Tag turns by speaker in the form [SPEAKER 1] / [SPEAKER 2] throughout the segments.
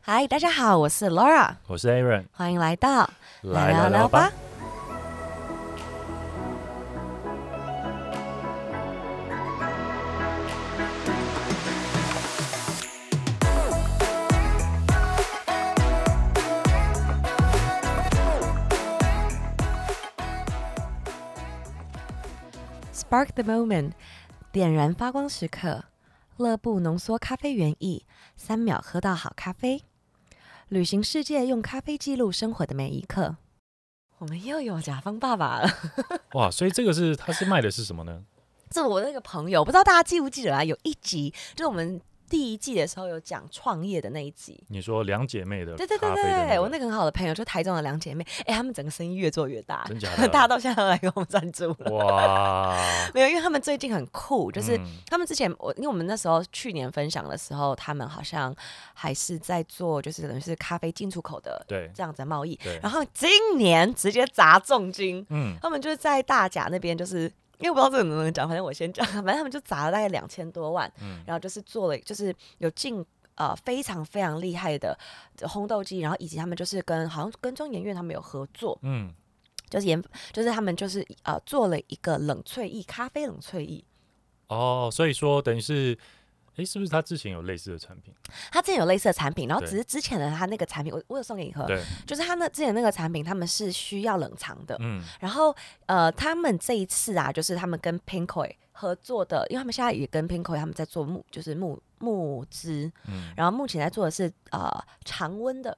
[SPEAKER 1] 嗨，大家好，我是 Laura，
[SPEAKER 2] 我是 Aaron，
[SPEAKER 1] 欢迎来到
[SPEAKER 2] 来聊聊吧。
[SPEAKER 1] Spark the moment，点燃发光时刻。乐布浓缩咖啡原意，三秒喝到好咖啡。旅行世界，用咖啡记录生活的每一刻。我们又有甲方爸爸了，
[SPEAKER 2] 哇，所以这个是它是卖的是什么呢？
[SPEAKER 1] 这我那个朋友，不知道大家记不记得啊？有一集就是我们第一季的时候有讲创业的那一集。
[SPEAKER 2] 你说两姐妹的
[SPEAKER 1] 对对对
[SPEAKER 2] 咖啡的
[SPEAKER 1] 对，
[SPEAKER 2] 个
[SPEAKER 1] 我那个很好的朋友，就台中的两姐妹，哎，她们整个生意越做越大，
[SPEAKER 2] 真假的
[SPEAKER 1] 大到现在都来给我们赞助了。
[SPEAKER 2] 哇，
[SPEAKER 1] 没有，因为他们最近很酷， 就是
[SPEAKER 2] 嗯
[SPEAKER 1] 他们之前我，因为我们那时候去年分享的时候，他们好像还是在做，就是等于是咖啡进出口的
[SPEAKER 2] 对
[SPEAKER 1] 这样子的贸易。
[SPEAKER 2] 对
[SPEAKER 1] 然，后今年直接砸重金，
[SPEAKER 2] 嗯，
[SPEAKER 1] 他们就是在大甲那边，就是因为我不知道这个能不能讲，反正我先讲，反正他们就砸了大概两千多万，
[SPEAKER 2] 嗯
[SPEAKER 1] 然后就是做了，就是有进。呃，非常非常厉害的烘豆机，然后以及他们就是跟好像跟中研院他们有合作，
[SPEAKER 2] 嗯，
[SPEAKER 1] 就是研就是他们就是呃做了一个冷萃液咖啡冷萃液，
[SPEAKER 2] 哦，所以说等于是，诶，是不是他之前有类似的产品？
[SPEAKER 1] 他之前有类似的产品，然后
[SPEAKER 2] 对
[SPEAKER 1] 只是之前的他那个产品，我我有送给你喝，
[SPEAKER 2] 对，
[SPEAKER 1] 就是他那之前那个产品，他们是需要冷藏的。
[SPEAKER 2] 嗯，
[SPEAKER 1] 然后呃，他们这一次啊，就是他们跟 Pinkoi 合作的，因为他们现在也跟 Pinkoi 他们在做木，就是木木资，
[SPEAKER 2] 嗯
[SPEAKER 1] 然后目前在做的是呃常温的，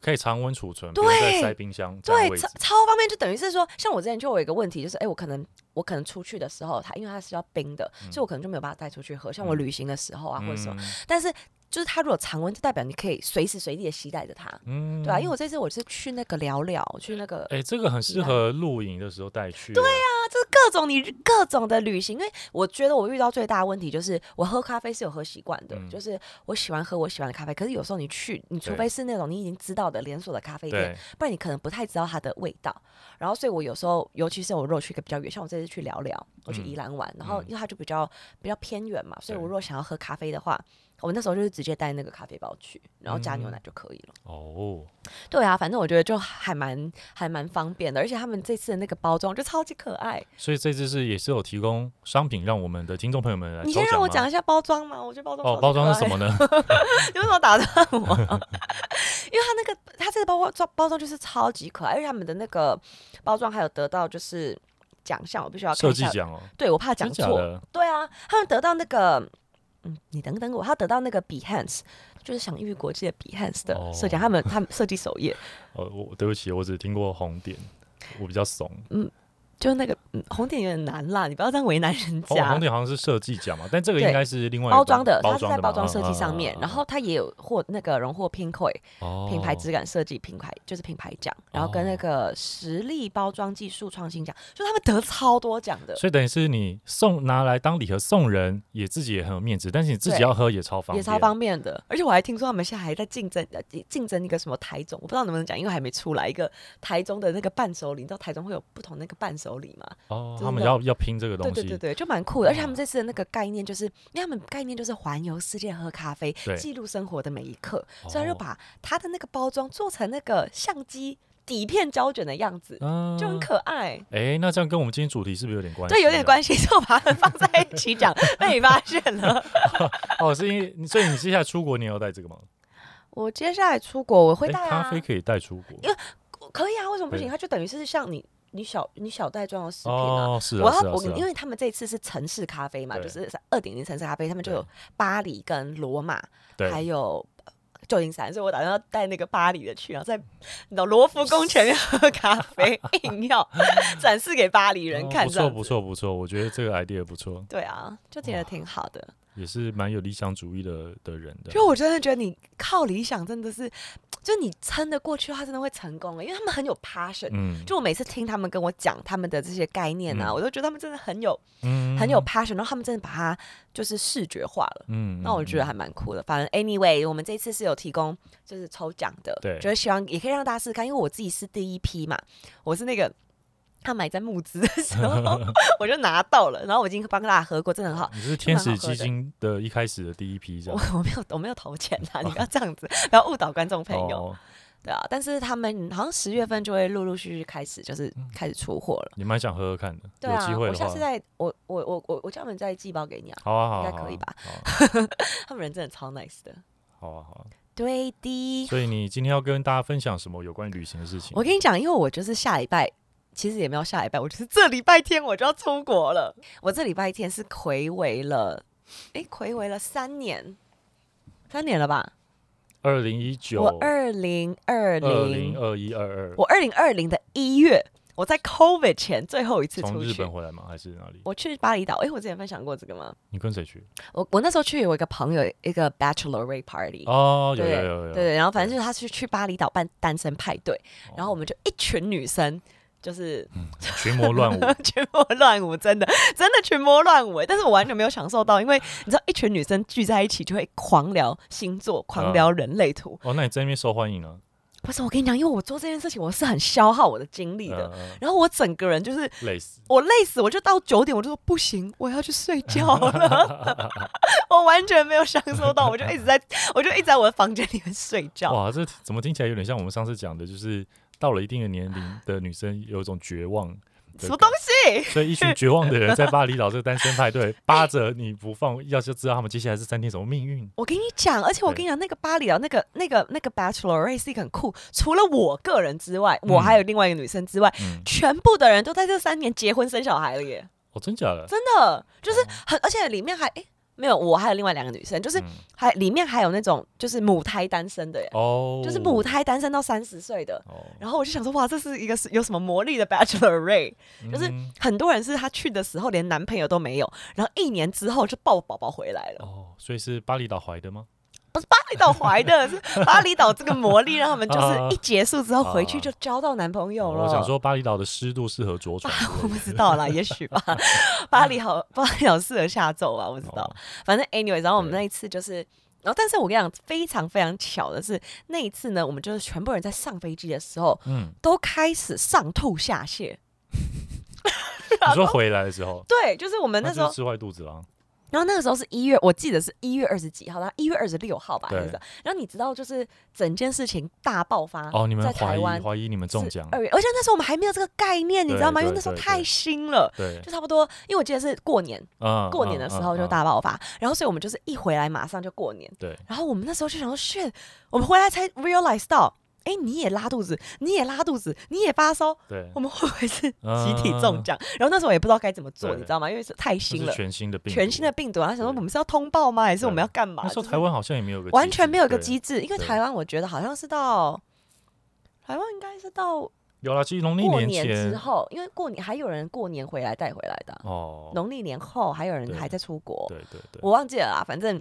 [SPEAKER 2] 可以常温储存，
[SPEAKER 1] 对
[SPEAKER 2] 不用再塞冰箱占
[SPEAKER 1] 对
[SPEAKER 2] 位，置
[SPEAKER 1] 超。超方便，就等于是说，像我之前就有一个问题，就是哎，我可能我可能出去的时候，它因为它是要冰的，所以我可能就没有办法带出去喝，像我
[SPEAKER 2] 嗯
[SPEAKER 1] 旅行的时候啊、或者什么，
[SPEAKER 2] 嗯
[SPEAKER 1] 但是。就是它如果常温，就代表你可以随时随地的携带着它。
[SPEAKER 2] 嗯
[SPEAKER 1] 对啊，因为我这啊次我是去那个聊聊，去那个
[SPEAKER 2] 哎、这个很适合露营的时候带去。哦对
[SPEAKER 1] 啊
[SPEAKER 2] 呀、
[SPEAKER 1] 各种你各种的旅行，因为我觉得我遇到最大的问题就是我喝咖啡是有喝习惯的，
[SPEAKER 2] 嗯
[SPEAKER 1] 就是我喜欢喝我喜欢的咖啡，可是有时候你去，你除
[SPEAKER 2] 对
[SPEAKER 1] 非是那种你已经知道的连锁的咖啡店
[SPEAKER 2] 对，，
[SPEAKER 1] 不然你可能不太知道它的味道。然后，所以我有时候，尤其是我如果去一个比较远，像我这次去聊聊，我去宜兰玩，然后因为它就比较比较偏远嘛，所以我
[SPEAKER 2] 嗯对
[SPEAKER 1] 如果想要喝咖啡的话，我那时候就是直接带那个咖啡包去，然后加牛奶
[SPEAKER 2] 嗯
[SPEAKER 1] 就可以了。
[SPEAKER 2] 哦，
[SPEAKER 1] 对啊，反正我觉得就还蛮还蛮方便的，而且他们这次的那个包装就超级可爱。
[SPEAKER 2] 所以这次是也是有提供商品让我们的听众朋友们来
[SPEAKER 1] 你
[SPEAKER 2] 抽
[SPEAKER 1] 先让我
[SPEAKER 2] 吗
[SPEAKER 1] 讲一下包装嘛，我觉得包装
[SPEAKER 2] 哦，包装是什
[SPEAKER 1] 么？
[SPEAKER 2] 么呢？
[SPEAKER 1] 你为什么打断我？因为 它那个它这个包装包装就是超级可爱，而且他们的那个包装还有得到就是奖项，我必须要看
[SPEAKER 2] 设
[SPEAKER 1] 一
[SPEAKER 2] 计
[SPEAKER 1] 下。
[SPEAKER 2] 奖哦，
[SPEAKER 1] 对，我怕
[SPEAKER 2] 真
[SPEAKER 1] 讲
[SPEAKER 2] 假
[SPEAKER 1] 错。
[SPEAKER 2] 的？
[SPEAKER 1] 对啊，他们得到那个，嗯，你等等我，他得到那个 Behance，就是享誉国际的 Behance 的设计奖，
[SPEAKER 2] 哦
[SPEAKER 1] 他们他们设计首页，
[SPEAKER 2] 哦，我对不起，我只听过红点，我比较怂。
[SPEAKER 1] 就是那个、嗯、红点有点难啦，你不要这样为难人
[SPEAKER 2] 哦，
[SPEAKER 1] 家。
[SPEAKER 2] 红点好像是设计奖嘛，但这个
[SPEAKER 1] 对
[SPEAKER 2] 应该是另外一个
[SPEAKER 1] 包装的，它
[SPEAKER 2] 包
[SPEAKER 1] 是
[SPEAKER 2] 装
[SPEAKER 1] 在
[SPEAKER 2] 的
[SPEAKER 1] 包
[SPEAKER 2] 嘛
[SPEAKER 1] 装设计上面，然、后
[SPEAKER 2] 嗯
[SPEAKER 1] 它也有获那个荣获 Pinkoi
[SPEAKER 2] 嗯嗯嗯
[SPEAKER 1] 品牌质
[SPEAKER 2] 哦
[SPEAKER 1] 感设计品牌就是品牌奖，然后跟那个实力包装技术创新奖，就他们得超多奖的，
[SPEAKER 2] 所以等于是你送拿来当礼盒送人，也自己也很有面子，但是你自己
[SPEAKER 1] 对
[SPEAKER 2] 要喝也超方便，
[SPEAKER 1] 也超方便的。而且我还听说他们现在还在竞争，呃，竞争一个什么台中，我不知道能不能讲，因为还没出来一个台中的那个伴手礼，你知道台中会有不同那个伴手礼吗？
[SPEAKER 2] 哦。
[SPEAKER 1] 真
[SPEAKER 2] 他们
[SPEAKER 1] 的
[SPEAKER 2] 要要拼这个东
[SPEAKER 1] 对对
[SPEAKER 2] 西，哦
[SPEAKER 1] 对对，就蛮酷的。而且他们
[SPEAKER 2] 哇
[SPEAKER 1] 这次的那个概念，就是因为他们概念就是环游世界喝咖啡，
[SPEAKER 2] 对
[SPEAKER 1] 记录生活的每一刻，所以他就
[SPEAKER 2] 哦
[SPEAKER 1] 把它的那个包装做成那个相机底片胶卷的样子，
[SPEAKER 2] 嗯
[SPEAKER 1] 就很可爱。
[SPEAKER 2] 哎，那这样跟我们今天主题是不是有点关系？啊
[SPEAKER 1] 对，有点。关系， 所以我把它们放在一起 讲，被你发现了。
[SPEAKER 2] 哦，是因为所以你接下来出国你也要带这个吗？
[SPEAKER 1] 我接下来出国，我会
[SPEAKER 2] 诶
[SPEAKER 1] 带啊
[SPEAKER 2] 咖，啡可以带出国
[SPEAKER 1] 因为可以啊，为什么不行？
[SPEAKER 2] 对
[SPEAKER 1] 它就等于是像你你小你小袋装的食品啊。
[SPEAKER 2] 哦，是
[SPEAKER 1] 我
[SPEAKER 2] 啊
[SPEAKER 1] 要
[SPEAKER 2] 是啊
[SPEAKER 1] 我
[SPEAKER 2] 是啊
[SPEAKER 1] 因，为他们这次是城市咖啡嘛，就
[SPEAKER 2] 对
[SPEAKER 1] 是二点零城市咖啡，他们就有巴黎跟罗马，还
[SPEAKER 2] 对，
[SPEAKER 1] 有呃旧金山，所以我打算要带那个巴黎的去，然后在你的罗浮宫前面喝咖 啡，硬要展示给巴黎人
[SPEAKER 2] 哦
[SPEAKER 1] 看，
[SPEAKER 2] 不
[SPEAKER 1] 这样
[SPEAKER 2] 错
[SPEAKER 1] 子
[SPEAKER 2] 不。错不错，我觉得这个 idea 不错，
[SPEAKER 1] 对啊，就觉得挺好的。
[SPEAKER 2] 也是蛮有理想主义的的人的。
[SPEAKER 1] 就我真的觉得你靠理想真的是，就你撑得过去的话，真的会成功的，因为他们很有 passion。
[SPEAKER 2] 嗯，
[SPEAKER 1] 就我每次听他们跟我讲他们的这些概念啊，
[SPEAKER 2] 嗯
[SPEAKER 1] 我都觉得他们真的很有
[SPEAKER 2] 嗯
[SPEAKER 1] 很有 passion，然后他们真的把它就是视觉化了。
[SPEAKER 2] 嗯，
[SPEAKER 1] 那我觉得还蛮酷的。反正 anyway，我们这次是有提供就是抽奖的，
[SPEAKER 2] 对
[SPEAKER 1] 就是希望也可以让大家试试看，因为我自己是第一批嘛，我是那个。他买在募资的时 候，我就拿到了，然后我已经帮大家喝过，真的很好。
[SPEAKER 2] 嗯你是天使
[SPEAKER 1] 蛮好喝
[SPEAKER 2] 基
[SPEAKER 1] 的
[SPEAKER 2] 金的一开始的第一批，这
[SPEAKER 1] 我
[SPEAKER 2] 样
[SPEAKER 1] 我没 有我没有投钱啊，你不要这样子，不要误导观众朋友。
[SPEAKER 2] 哦，
[SPEAKER 1] 对啊，但是他们好像十月份就会陆陆续续开始，就是开始出货了。
[SPEAKER 2] 也蛮想喝喝看的，
[SPEAKER 1] 对
[SPEAKER 2] 嗯有
[SPEAKER 1] 啊，
[SPEAKER 2] 机会
[SPEAKER 1] 我
[SPEAKER 2] 的话
[SPEAKER 1] 下，次再我我我我我叫他们再寄包给你啊，
[SPEAKER 2] 好啊好啊，
[SPEAKER 1] 应该
[SPEAKER 2] 好啊
[SPEAKER 1] 可以吧？
[SPEAKER 2] 好啊
[SPEAKER 1] 他们人真的超 nice 的。
[SPEAKER 2] 好啊好啊，
[SPEAKER 1] 对的，
[SPEAKER 2] 所以你今天要跟大家分享什么有关于旅行的事情？
[SPEAKER 1] 我跟你讲，因为我就是下礼拜，其实也没有下礼拜，我就是这礼拜天我就要出国了。我这礼拜天是暌违了，诶，暌违了三年，三年了吧？
[SPEAKER 2] 二零一九、
[SPEAKER 1] 我二零二
[SPEAKER 2] 二
[SPEAKER 1] 零
[SPEAKER 2] 零，二一、二二，
[SPEAKER 1] 我二零二零的一月，我在 COVID 前最后一次
[SPEAKER 2] 从
[SPEAKER 1] 出
[SPEAKER 2] 日
[SPEAKER 1] 去
[SPEAKER 2] 本。回来吗？还是哪里？
[SPEAKER 1] 我去巴厘岛，诶，我之前分享过这个吗？
[SPEAKER 2] 你跟谁去？
[SPEAKER 1] 我我那时候去有一个朋友一个 bachelorette party，、
[SPEAKER 2] 哦，有
[SPEAKER 1] 对
[SPEAKER 2] 有有有，
[SPEAKER 1] 对对，然后反正就是他去去巴厘岛办单身派对，
[SPEAKER 2] 哦
[SPEAKER 1] 然后我们就一群女生，就是
[SPEAKER 2] 嗯群魔乱舞，
[SPEAKER 1] 群魔乱舞，真的 真的群魔乱舞欸，但是我完全没有享受到，因 为你知道一群女生聚在一起就会狂聊星座，狂聊人类图。
[SPEAKER 2] 哦，那你在那边受欢迎了？
[SPEAKER 1] 不是我跟你讲，因为我做这件事情我是很消耗我的精力的，
[SPEAKER 2] 嗯嗯
[SPEAKER 1] 然后我整个人就是
[SPEAKER 2] 累死，
[SPEAKER 1] 我累死，我就到九点我就说不行，我要去睡觉了， 我完全没有享受到，我就一直在我就一直在我的房间里面睡觉。
[SPEAKER 2] 哇，这怎么听起来有点像我们上次讲的，就是到了一定的年龄的女生有一种绝望。
[SPEAKER 1] 什么东西？
[SPEAKER 2] 所以一群绝望的人在巴厘岛这个单身派 对扒着你不放，要就知道他们接下来是三天什么命运。
[SPEAKER 1] 我跟你讲，而且我跟你讲，那个巴厘岛那个那个那个 Bachelorette 是一个很酷，除了我个人之外，我还有另外一个女生之外，
[SPEAKER 2] 嗯，
[SPEAKER 1] 全部的人都在这三年结婚生小孩了耶！
[SPEAKER 2] 哦，真假的？
[SPEAKER 1] 真的，就是
[SPEAKER 2] 哦
[SPEAKER 1] 很，而且里面还诶，没有，我还有另外两个女生，就是
[SPEAKER 2] 嗯
[SPEAKER 1] 还里面还有那种就是母胎单身的耶，
[SPEAKER 2] 哦，
[SPEAKER 1] 就是母胎单身到三十岁的。
[SPEAKER 2] 哦，
[SPEAKER 1] 然后我就想说，哇，这是一个有什么魔力的 Bachelorette？就是
[SPEAKER 2] 嗯
[SPEAKER 1] 很多人是她去的时候连男朋友都没有，然后一年之后就抱宝宝回来了。
[SPEAKER 2] 哦，所以是巴厘岛怀的吗？
[SPEAKER 1] 不是巴厘岛怀的， 是巴厘岛这个魔力让他们就是一结束之后回去就交到男朋友了。
[SPEAKER 2] 啊哦
[SPEAKER 1] 啊
[SPEAKER 2] 我想说巴厘岛的湿度适合着床之类的。
[SPEAKER 1] 我不知道啦，也许吧。 巴黎好，巴黎好适合下咒吧，我不知道
[SPEAKER 2] 哦。
[SPEAKER 1] 反正 anyway，然后我们
[SPEAKER 2] 对
[SPEAKER 1] 那一次就是。然后，但是我跟你讲，非常非常巧的是，那一次呢，我们就是全部人在上飞机的时候，
[SPEAKER 2] 嗯，
[SPEAKER 1] 都开始上吐下泻。
[SPEAKER 2] 你说回来的时候，
[SPEAKER 1] 对，就是我 们那
[SPEAKER 2] 就
[SPEAKER 1] 时候啊
[SPEAKER 2] 是吃坏肚子了。
[SPEAKER 1] 然后那个时候是一月，我记得是一月二十几号，然后一月二十六号吧，
[SPEAKER 2] 对
[SPEAKER 1] 还是然后你知道，就是整件事情大爆发
[SPEAKER 2] 哦，你
[SPEAKER 1] 在
[SPEAKER 2] 们怀
[SPEAKER 1] 台
[SPEAKER 2] 疑
[SPEAKER 1] 湾
[SPEAKER 2] 怀疑你们中
[SPEAKER 1] 是
[SPEAKER 2] 奖？
[SPEAKER 1] 二月，而且那时候我们还没有这个概念，你知
[SPEAKER 2] 对
[SPEAKER 1] 道吗？因为
[SPEAKER 2] 对
[SPEAKER 1] 那时候
[SPEAKER 2] 对
[SPEAKER 1] 太
[SPEAKER 2] 对
[SPEAKER 1] 新了。
[SPEAKER 2] 对，
[SPEAKER 1] 就差不多，因为我记得是过年，
[SPEAKER 2] 嗯，
[SPEAKER 1] 过
[SPEAKER 2] 嗯
[SPEAKER 1] 年的时
[SPEAKER 2] 嗯
[SPEAKER 1] 候就
[SPEAKER 2] 嗯
[SPEAKER 1] 大爆发，然后所以我们就是一回来马上就过年，
[SPEAKER 2] 对，
[SPEAKER 1] 然后我们那时候就想说，shit，我们回来才 realize 到，哎，你也拉肚子，你也拉肚子，你也发烧，
[SPEAKER 2] 对，
[SPEAKER 1] 我们会不会是
[SPEAKER 2] 嗯
[SPEAKER 1] 集体中奖？然后那时候我也不知道该怎么做，
[SPEAKER 2] 对
[SPEAKER 1] 你知道吗？因为是太
[SPEAKER 2] 这
[SPEAKER 1] 新
[SPEAKER 2] 是
[SPEAKER 1] 了，
[SPEAKER 2] 全新的病，
[SPEAKER 1] 全新的。病毒，然后想说
[SPEAKER 2] 对
[SPEAKER 1] 我们是要通报吗？还是我们
[SPEAKER 2] 对
[SPEAKER 1] 要干嘛？
[SPEAKER 2] 那时候
[SPEAKER 1] 就是
[SPEAKER 2] 台湾好像也没有个
[SPEAKER 1] 完
[SPEAKER 2] 机
[SPEAKER 1] 全
[SPEAKER 2] 制
[SPEAKER 1] 没有一个，
[SPEAKER 2] 对
[SPEAKER 1] 机制，因为
[SPEAKER 2] 对
[SPEAKER 1] 台湾我觉得好像是到台湾应该是到
[SPEAKER 2] 有啦，其实农历
[SPEAKER 1] 过
[SPEAKER 2] 年
[SPEAKER 1] 年之
[SPEAKER 2] 前
[SPEAKER 1] 后，因为过年还有人过年回来带回来的啊，
[SPEAKER 2] 哦，
[SPEAKER 1] 农历年后还有人
[SPEAKER 2] 对
[SPEAKER 1] 还在出国，
[SPEAKER 2] 对对对，
[SPEAKER 1] 我忘记了啦，反正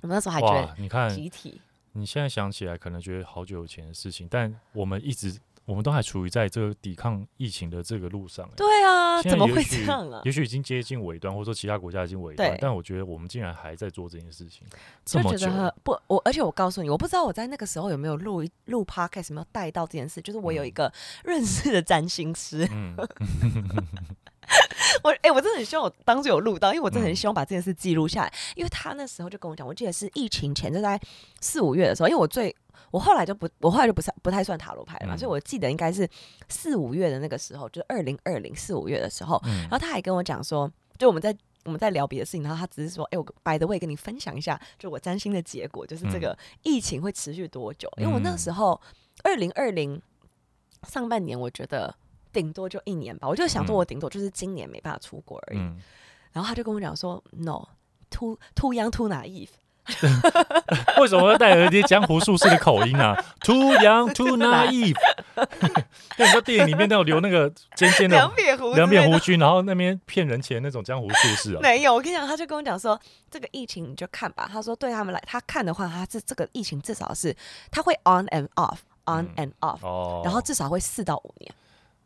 [SPEAKER 1] 我们那时候还觉
[SPEAKER 2] 哇
[SPEAKER 1] 得，
[SPEAKER 2] 你看
[SPEAKER 1] 集体
[SPEAKER 2] 你现在想起来，可能觉得好久以前的事情，但我们一直我们都还处于在这个抵抗疫情的这个路上、欸。
[SPEAKER 1] 对啊，
[SPEAKER 2] 现在
[SPEAKER 1] 怎么
[SPEAKER 2] 也
[SPEAKER 1] 会
[SPEAKER 2] 许
[SPEAKER 1] 这样啊？
[SPEAKER 2] 也许已经接近尾端，或者说其他国家已经尾端
[SPEAKER 1] 对，
[SPEAKER 2] 但我觉得我们竟然还在做这件事情，这
[SPEAKER 1] 就
[SPEAKER 2] 么
[SPEAKER 1] 觉
[SPEAKER 2] 久
[SPEAKER 1] 得，很不，我而且我告诉你，我不知道我在那个时候有没有录一录 podcast，有没有带到这件事。就是我有一个认识的占星师，
[SPEAKER 2] 嗯，
[SPEAKER 1] 我哎、我真的很希望我当时有录到，因为我真的很
[SPEAKER 2] 嗯
[SPEAKER 1] 希望把这件事记录下来。因为他那时候就跟我讲，我记得是疫情前，就在四五月的时候，因为我最我后来就不，我后来就不算不太算塔罗牌了嘛，
[SPEAKER 2] 嗯
[SPEAKER 1] 所以我记得应该是四五月的那个时候，就是二零二零四五月的时候，
[SPEAKER 2] 嗯
[SPEAKER 1] 然后他还跟我讲说，就我们在。我们在聊别的事情，然后他只是说：“哎、我 by the way 跟你分享一下，就我占星的结果，就是这
[SPEAKER 2] 嗯
[SPEAKER 1] 个疫情会持续多久？因为我那
[SPEAKER 2] 嗯
[SPEAKER 1] 时候二零二零上半年，我觉得顶多就一年吧，我就想说，
[SPEAKER 2] 嗯
[SPEAKER 1] 我顶多就是今年没办法出国而已。
[SPEAKER 2] 嗯，
[SPEAKER 1] 然后他就跟我讲说，no。too too young too naive，
[SPEAKER 2] 为什么要带有一些江湖术士的口 音啊？Too young, too naive。那你说电影里面都有留那个尖尖的
[SPEAKER 1] 撇胡
[SPEAKER 2] 两面
[SPEAKER 1] 之类
[SPEAKER 2] 胡
[SPEAKER 1] 的
[SPEAKER 2] 须，然后那边骗人钱那种江湖术士啊？
[SPEAKER 1] 没有。我跟你讲，他就跟我讲说，这个疫情你就看吧。他说对他们来，他看的话，他这这个疫情至少是他会 on and off on
[SPEAKER 2] 嗯
[SPEAKER 1] and off，、
[SPEAKER 2] 哦，
[SPEAKER 1] 然后至少会四到五年。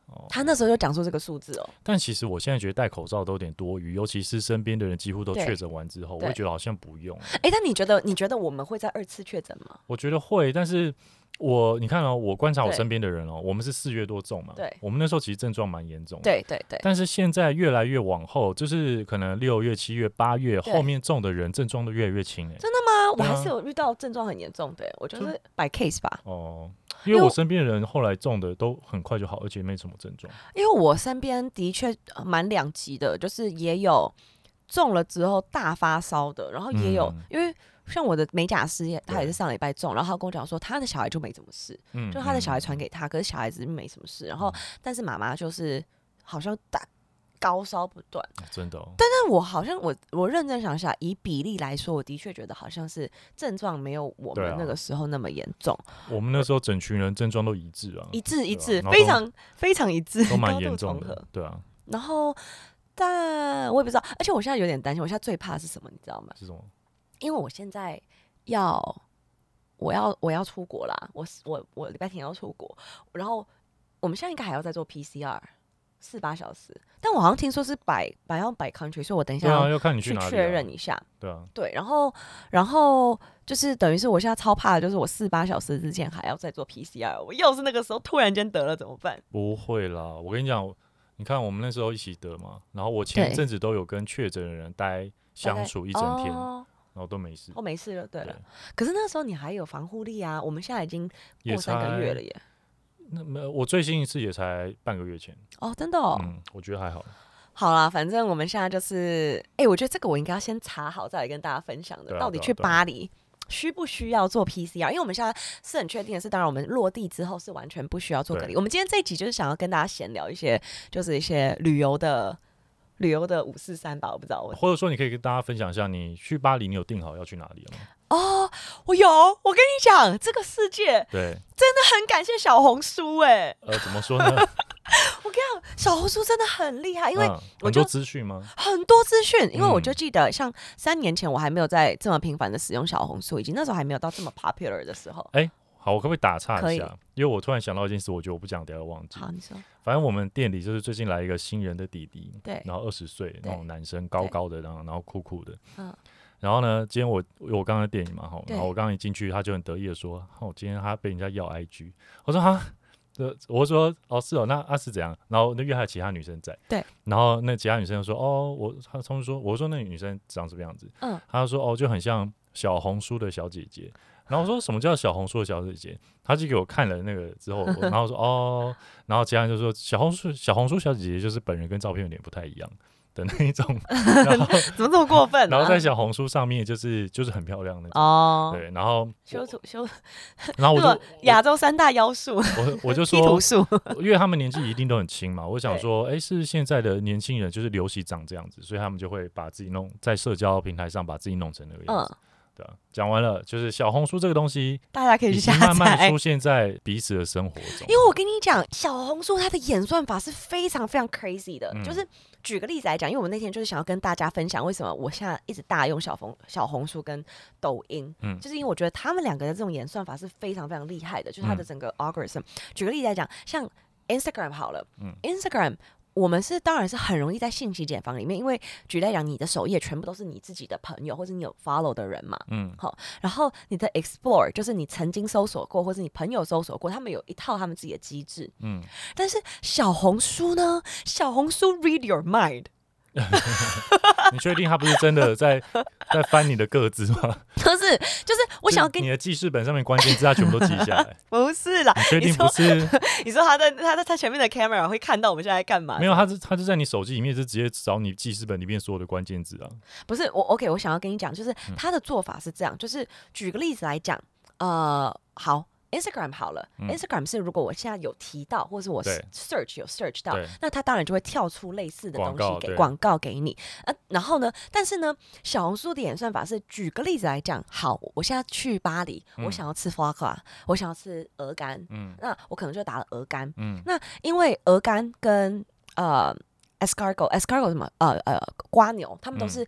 [SPEAKER 2] 哦
[SPEAKER 1] 他那时候就讲出这个数字哦，
[SPEAKER 2] 但其实我现在觉得戴口罩都有点多余，尤其是身边的人几乎都
[SPEAKER 1] 对
[SPEAKER 2] 确诊完之后，我
[SPEAKER 1] 对
[SPEAKER 2] 会觉得好像不用。
[SPEAKER 1] 哎，但你觉得你觉得我们会在二次确诊吗？
[SPEAKER 2] 我觉得会，但是我你看哦，我观察我
[SPEAKER 1] 对
[SPEAKER 2] 身边的人哦，我们是四月多中嘛，
[SPEAKER 1] 对
[SPEAKER 2] 我们那时候其实症状蛮严重的，。
[SPEAKER 1] 对对对，
[SPEAKER 2] 嗯但是现在越来越往后，就是可能六月、七月、八月
[SPEAKER 1] 对
[SPEAKER 2] 后面中的人症状都越来越轻哎、
[SPEAKER 1] 真的吗？我
[SPEAKER 2] 对啊
[SPEAKER 1] 还是有遇到症状很严重的，我觉得
[SPEAKER 2] 啊就是
[SPEAKER 1] by case 吧，
[SPEAKER 2] 哦，因为
[SPEAKER 1] 因为
[SPEAKER 2] 我身边的人后来中的都很快就好，而且没什么症状。
[SPEAKER 1] 因为我身边的确呃蛮两极的，就是也有中了之后大发烧的，然后也有、
[SPEAKER 2] 嗯
[SPEAKER 1] 因为。像我的美甲师也，他也是
[SPEAKER 2] 对
[SPEAKER 1] 上礼拜中，然后他跟我讲说，他的小孩就没怎么事，
[SPEAKER 2] 嗯，
[SPEAKER 1] 就他的小孩传
[SPEAKER 2] 嗯
[SPEAKER 1] 给他，可是小孩子没什么事。然后
[SPEAKER 2] 嗯，
[SPEAKER 1] 但是妈妈就是好像大高烧不断。
[SPEAKER 2] 嗯真的、哦，
[SPEAKER 1] 但我好像我我认真想一下，以比例来说，我的确觉得好像是症状没有我
[SPEAKER 2] 对
[SPEAKER 1] 们
[SPEAKER 2] 啊
[SPEAKER 1] 那个时候那么严重，
[SPEAKER 2] 我们那时候整群人症状都一致啊，
[SPEAKER 1] 一致一致，
[SPEAKER 2] 然后
[SPEAKER 1] 非
[SPEAKER 2] 都
[SPEAKER 1] 常非常一致，
[SPEAKER 2] 都蛮
[SPEAKER 1] 高
[SPEAKER 2] 严
[SPEAKER 1] 度
[SPEAKER 2] 重
[SPEAKER 1] 重
[SPEAKER 2] 的
[SPEAKER 1] 合。，
[SPEAKER 2] 对啊，
[SPEAKER 1] 然后，但我也不知道，而且我现在有点担心，我现在最怕的是什么，你知道吗？
[SPEAKER 2] 是什么？
[SPEAKER 1] 因为我现在要。我要我要出国啦！我我我礼拜天要出国，然后我们现在应该还要再做 PCR 四八小时，但我好像听说是百百要百 country，所以我等一下
[SPEAKER 2] 对啊，
[SPEAKER 1] 要
[SPEAKER 2] 要看你去
[SPEAKER 1] 去
[SPEAKER 2] 哪里、啊、
[SPEAKER 1] 确认一下。
[SPEAKER 2] 对啊，
[SPEAKER 1] 对，然后然后就是等于是我现在超怕的，就是我四八小时之前还要再做 PCR，我要是那个时候突然间得了怎么办？
[SPEAKER 2] 不会啦，我跟你讲，你看我们那时候一起得嘛，然后我前
[SPEAKER 1] 对
[SPEAKER 2] 阵子都有跟确诊的人待相处一整天，
[SPEAKER 1] 哦，
[SPEAKER 2] 然后都没事。
[SPEAKER 1] 我没事了，对
[SPEAKER 2] 对
[SPEAKER 1] 了。，可是那时候你还有防护力啊，我们现在已经
[SPEAKER 2] 也
[SPEAKER 1] 过三个月了
[SPEAKER 2] 才
[SPEAKER 1] 耶。
[SPEAKER 2] 那没有，我最新一次也才半个月前，
[SPEAKER 1] 哦，真的哦，
[SPEAKER 2] 嗯，我觉得还好。
[SPEAKER 1] 好啦，反正我们现在就是，哎、我觉得这个我应该要先查好，再来跟大家分享的。
[SPEAKER 2] 对啊
[SPEAKER 1] 到底
[SPEAKER 2] 对啊
[SPEAKER 1] 去
[SPEAKER 2] 对啊
[SPEAKER 1] 巴黎需不需要做 PCR？因为我们现在是很确定的是，当然我们落地之后是完全不需要做隔离。
[SPEAKER 2] 对
[SPEAKER 1] 我们今天这一集就是想要跟大家闲聊一些，就是一些旅游的旅游的五四三吧，我不知道我
[SPEAKER 2] 或者说，你可以跟大家分享一下，你去巴黎，你有定好要去哪里了吗？
[SPEAKER 1] 哦，我有，我跟你讲，这个世界
[SPEAKER 2] 对，
[SPEAKER 1] 很感谢小红书哎、
[SPEAKER 2] 呃，怎么说呢？
[SPEAKER 1] 小红书真的很厉害，因为
[SPEAKER 2] 嗯
[SPEAKER 1] 我
[SPEAKER 2] 很
[SPEAKER 1] 就
[SPEAKER 2] 多资讯吗？
[SPEAKER 1] 很多资讯，因为我
[SPEAKER 2] 嗯
[SPEAKER 1] 就记得，像三年前我还没有在这么频繁的使用小红书，以及那时候还没有到这么 popular 的时候。
[SPEAKER 2] 好，我可不可以打岔
[SPEAKER 1] 可
[SPEAKER 2] 一
[SPEAKER 1] 以
[SPEAKER 2] 下？因为我突然想到一件事，我觉得我不讲，等一下忘记。
[SPEAKER 1] 好，你说
[SPEAKER 2] 反正我们店里就是最近来一个新人的弟弟，
[SPEAKER 1] 对，
[SPEAKER 2] 然后二十岁那
[SPEAKER 1] 对
[SPEAKER 2] 种男生，高高的，然后然后酷酷的，
[SPEAKER 1] 嗯
[SPEAKER 2] 然后呢，今天我我刚刚在店里嘛，哈，
[SPEAKER 1] 对
[SPEAKER 2] 然后我刚刚一进去，他就很得意的说，哦，今天他被人家要 IG，我说哈。这我说哦是哦，那啊是怎样？然后那约还有其他女生在，
[SPEAKER 1] 对，
[SPEAKER 2] 然后那其他女生就说哦，我他他们说我说那女生长什么样子？
[SPEAKER 1] 嗯，
[SPEAKER 2] 他说哦就很像小红书的小姐姐。然后我说什么叫小红书的小姐姐？他就给我看了那个 之后，我然后说哦，然后其他人就说小红书小红书小姐姐就是本人跟照片有点不太一样的那一种，然后
[SPEAKER 1] 怎么这么过分、啊？
[SPEAKER 2] 然后在小红书上面就是就是很漂亮那种，
[SPEAKER 1] 哦，
[SPEAKER 2] 对，然 后
[SPEAKER 1] 修图修
[SPEAKER 2] 然后我
[SPEAKER 1] 什么
[SPEAKER 2] 就
[SPEAKER 1] 亚洲三大妖术，
[SPEAKER 2] 我 我就
[SPEAKER 1] 批图
[SPEAKER 2] 说，
[SPEAKER 1] 术，
[SPEAKER 2] 因为他们年纪一定都很轻嘛，我想
[SPEAKER 1] 对
[SPEAKER 2] 说，哎，是现在的年轻人就是流行长这样子，所以他们就会把自己弄在社交平台上把自己弄成那个样
[SPEAKER 1] 嗯
[SPEAKER 2] 子，，对啊讲完了，就是小红书这个东西
[SPEAKER 1] 大家可以
[SPEAKER 2] 已
[SPEAKER 1] 去
[SPEAKER 2] 经
[SPEAKER 1] 下
[SPEAKER 2] 慢慢地
[SPEAKER 1] 载。
[SPEAKER 2] 出现在彼此的生活中，
[SPEAKER 1] 因为我跟你讲，小红书它的演算法是非常非常 crazy 的。
[SPEAKER 2] 嗯
[SPEAKER 1] 就是举个例子来讲，因为我那天就是想要跟大家分享，为什么我现在一直大用小红小红书跟抖音，
[SPEAKER 2] 嗯
[SPEAKER 1] 就是因为我觉得他们两个的这种演算法是非常非常厉害的，就是它的
[SPEAKER 2] 嗯
[SPEAKER 1] 整个 algorithm。举个例子来讲，像 Instagram 好了、
[SPEAKER 2] 嗯
[SPEAKER 1] i n s t a g r a m 我们是当然是很容易在信息茧房里面，因为举例来讲，你的首页全部都是你自己的朋友或者你有 follow 的人嘛，
[SPEAKER 2] 嗯，
[SPEAKER 1] 然后你的 explore 就是你曾经搜索过，或是你朋友搜索过，他们有一套他们自己的机制。
[SPEAKER 2] 嗯，
[SPEAKER 1] 但是小红书呢？小红书 read your mind，
[SPEAKER 2] 你确定他不是真的在在翻你的个子吗？
[SPEAKER 1] 就是就是我想要
[SPEAKER 2] 就
[SPEAKER 1] 跟
[SPEAKER 2] 你
[SPEAKER 1] 你，
[SPEAKER 2] 的记事本上面关键字，他全部都记下来，
[SPEAKER 1] 不是啦
[SPEAKER 2] 你，确
[SPEAKER 1] 你
[SPEAKER 2] 定不
[SPEAKER 1] 说
[SPEAKER 2] 是？
[SPEAKER 1] 你说他在他在他前面的 camera 会看到我们现在在干嘛？
[SPEAKER 2] 没有，他是他就在你手机里面，就直接找你记事本里面所有的关键字啊。
[SPEAKER 1] 不是我 OK，我想要跟你讲，就是
[SPEAKER 2] 嗯
[SPEAKER 1] 他的做法是这样，就是举个例子来讲，呃，好，Instagram 好了、
[SPEAKER 2] 嗯
[SPEAKER 1] i n s t a g r a m 是如果我现在有提到，或是我
[SPEAKER 2] 对
[SPEAKER 1] search 有 search 到
[SPEAKER 2] 对，
[SPEAKER 1] 那它当然就会跳出类似的东
[SPEAKER 2] 广告
[SPEAKER 1] 西给
[SPEAKER 2] 对
[SPEAKER 1] 广告给你，呃，然后呢，但是呢，小红书的演算法是，举个例子来讲，好，我现在去巴黎，我
[SPEAKER 2] 嗯
[SPEAKER 1] 想要吃 f o c a 我想要吃鹅肝，
[SPEAKER 2] 嗯
[SPEAKER 1] 那我可能就打了鹅肝，
[SPEAKER 2] 嗯
[SPEAKER 1] 那因为鹅肝跟呃 escargot escargot 什么呃呃瓜牛，它们都
[SPEAKER 2] 嗯
[SPEAKER 1] 是、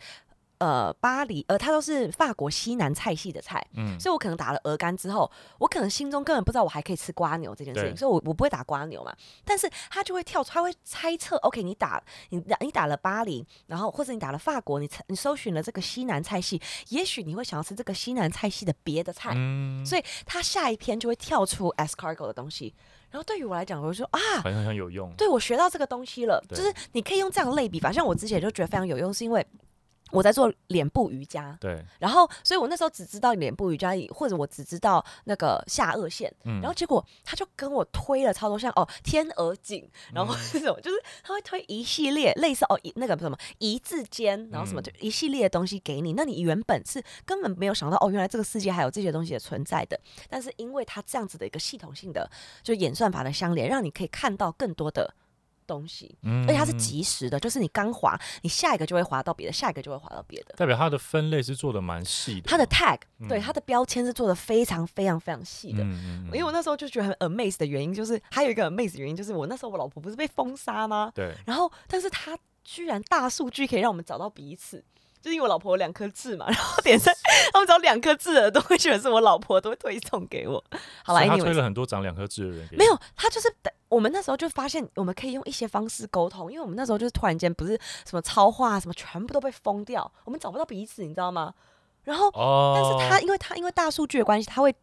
[SPEAKER 1] 呃巴黎呃，它都是法国西南菜系的菜，
[SPEAKER 2] 嗯，
[SPEAKER 1] 所以我可能打了鹅肝之后，我可能心中根本不知道我还可以吃瓜牛这件事情，
[SPEAKER 2] 对
[SPEAKER 1] 所以我我不会打瓜牛嘛。但是他就会跳出，他会猜测，OK，你打你打你打了巴黎，然后或者你打了法国，你猜你搜寻了这个西南菜系，也许你会想要吃这个西南菜系的别的菜，
[SPEAKER 2] 嗯，
[SPEAKER 1] 所以他下一篇就会跳出 escargot 的东西。然后对于我来讲，我就说啊，
[SPEAKER 2] 好像很有用，
[SPEAKER 1] 对我学到这个东西了，就
[SPEAKER 2] 对
[SPEAKER 1] 是你可以用这样类比法。像我之前就觉得非常有用，是因为我在做脸部瑜伽，
[SPEAKER 2] 对，
[SPEAKER 1] 然后所以我那时候只知道脸部瑜伽，或者我只知道那个下颚线，
[SPEAKER 2] 嗯，
[SPEAKER 1] 然后结果他就跟我推了超多像哦天鹅颈，然
[SPEAKER 2] 嗯
[SPEAKER 1] 后是什么，就是他会推一系列类似哦一那个什么一字肩，然后什么
[SPEAKER 2] 嗯
[SPEAKER 1] 就一系列的东西给你，那你原本是根本没有想到哦，原来这个世界还有这些东西的存在的，但是因为它这样子的一个系统性的就演算法的相连，让你可以看到更多的东西。
[SPEAKER 2] 嗯
[SPEAKER 1] 而且它是及时的，就是你刚滑，你下一个就会滑到别的，下一个就会滑到别的。
[SPEAKER 2] 代表它的分类是做的蛮细的，
[SPEAKER 1] 它的 tag
[SPEAKER 2] 嗯
[SPEAKER 1] 对它的标签是做的非常非常非常细的，
[SPEAKER 2] 嗯嗯嗯
[SPEAKER 1] 因为我那时候就觉得很 amazed 的原因，就是还有一个 amazed 的原因，就是我那时候我老婆不是被封杀吗？
[SPEAKER 2] 对，
[SPEAKER 1] 然后，但是她居然大数据可以让我们找到彼此，就是因为我老婆有两颗痣嘛，然后点 赞，他们找两颗痣的人都会觉得是我老婆，都会推送给我。好了
[SPEAKER 2] 所以他推
[SPEAKER 1] ，anyway，
[SPEAKER 2] 了很多长两颗痣的人给你，
[SPEAKER 1] 没有，他就是等我们那时候就发现，我们可以用一些方式沟通，因为我们那时候就是突然间不是什么超话什么全部都被封掉，我们找不到彼此，你知道吗？然后，
[SPEAKER 2] 哦，
[SPEAKER 1] 但是他因为他因为大数据的关系，他会。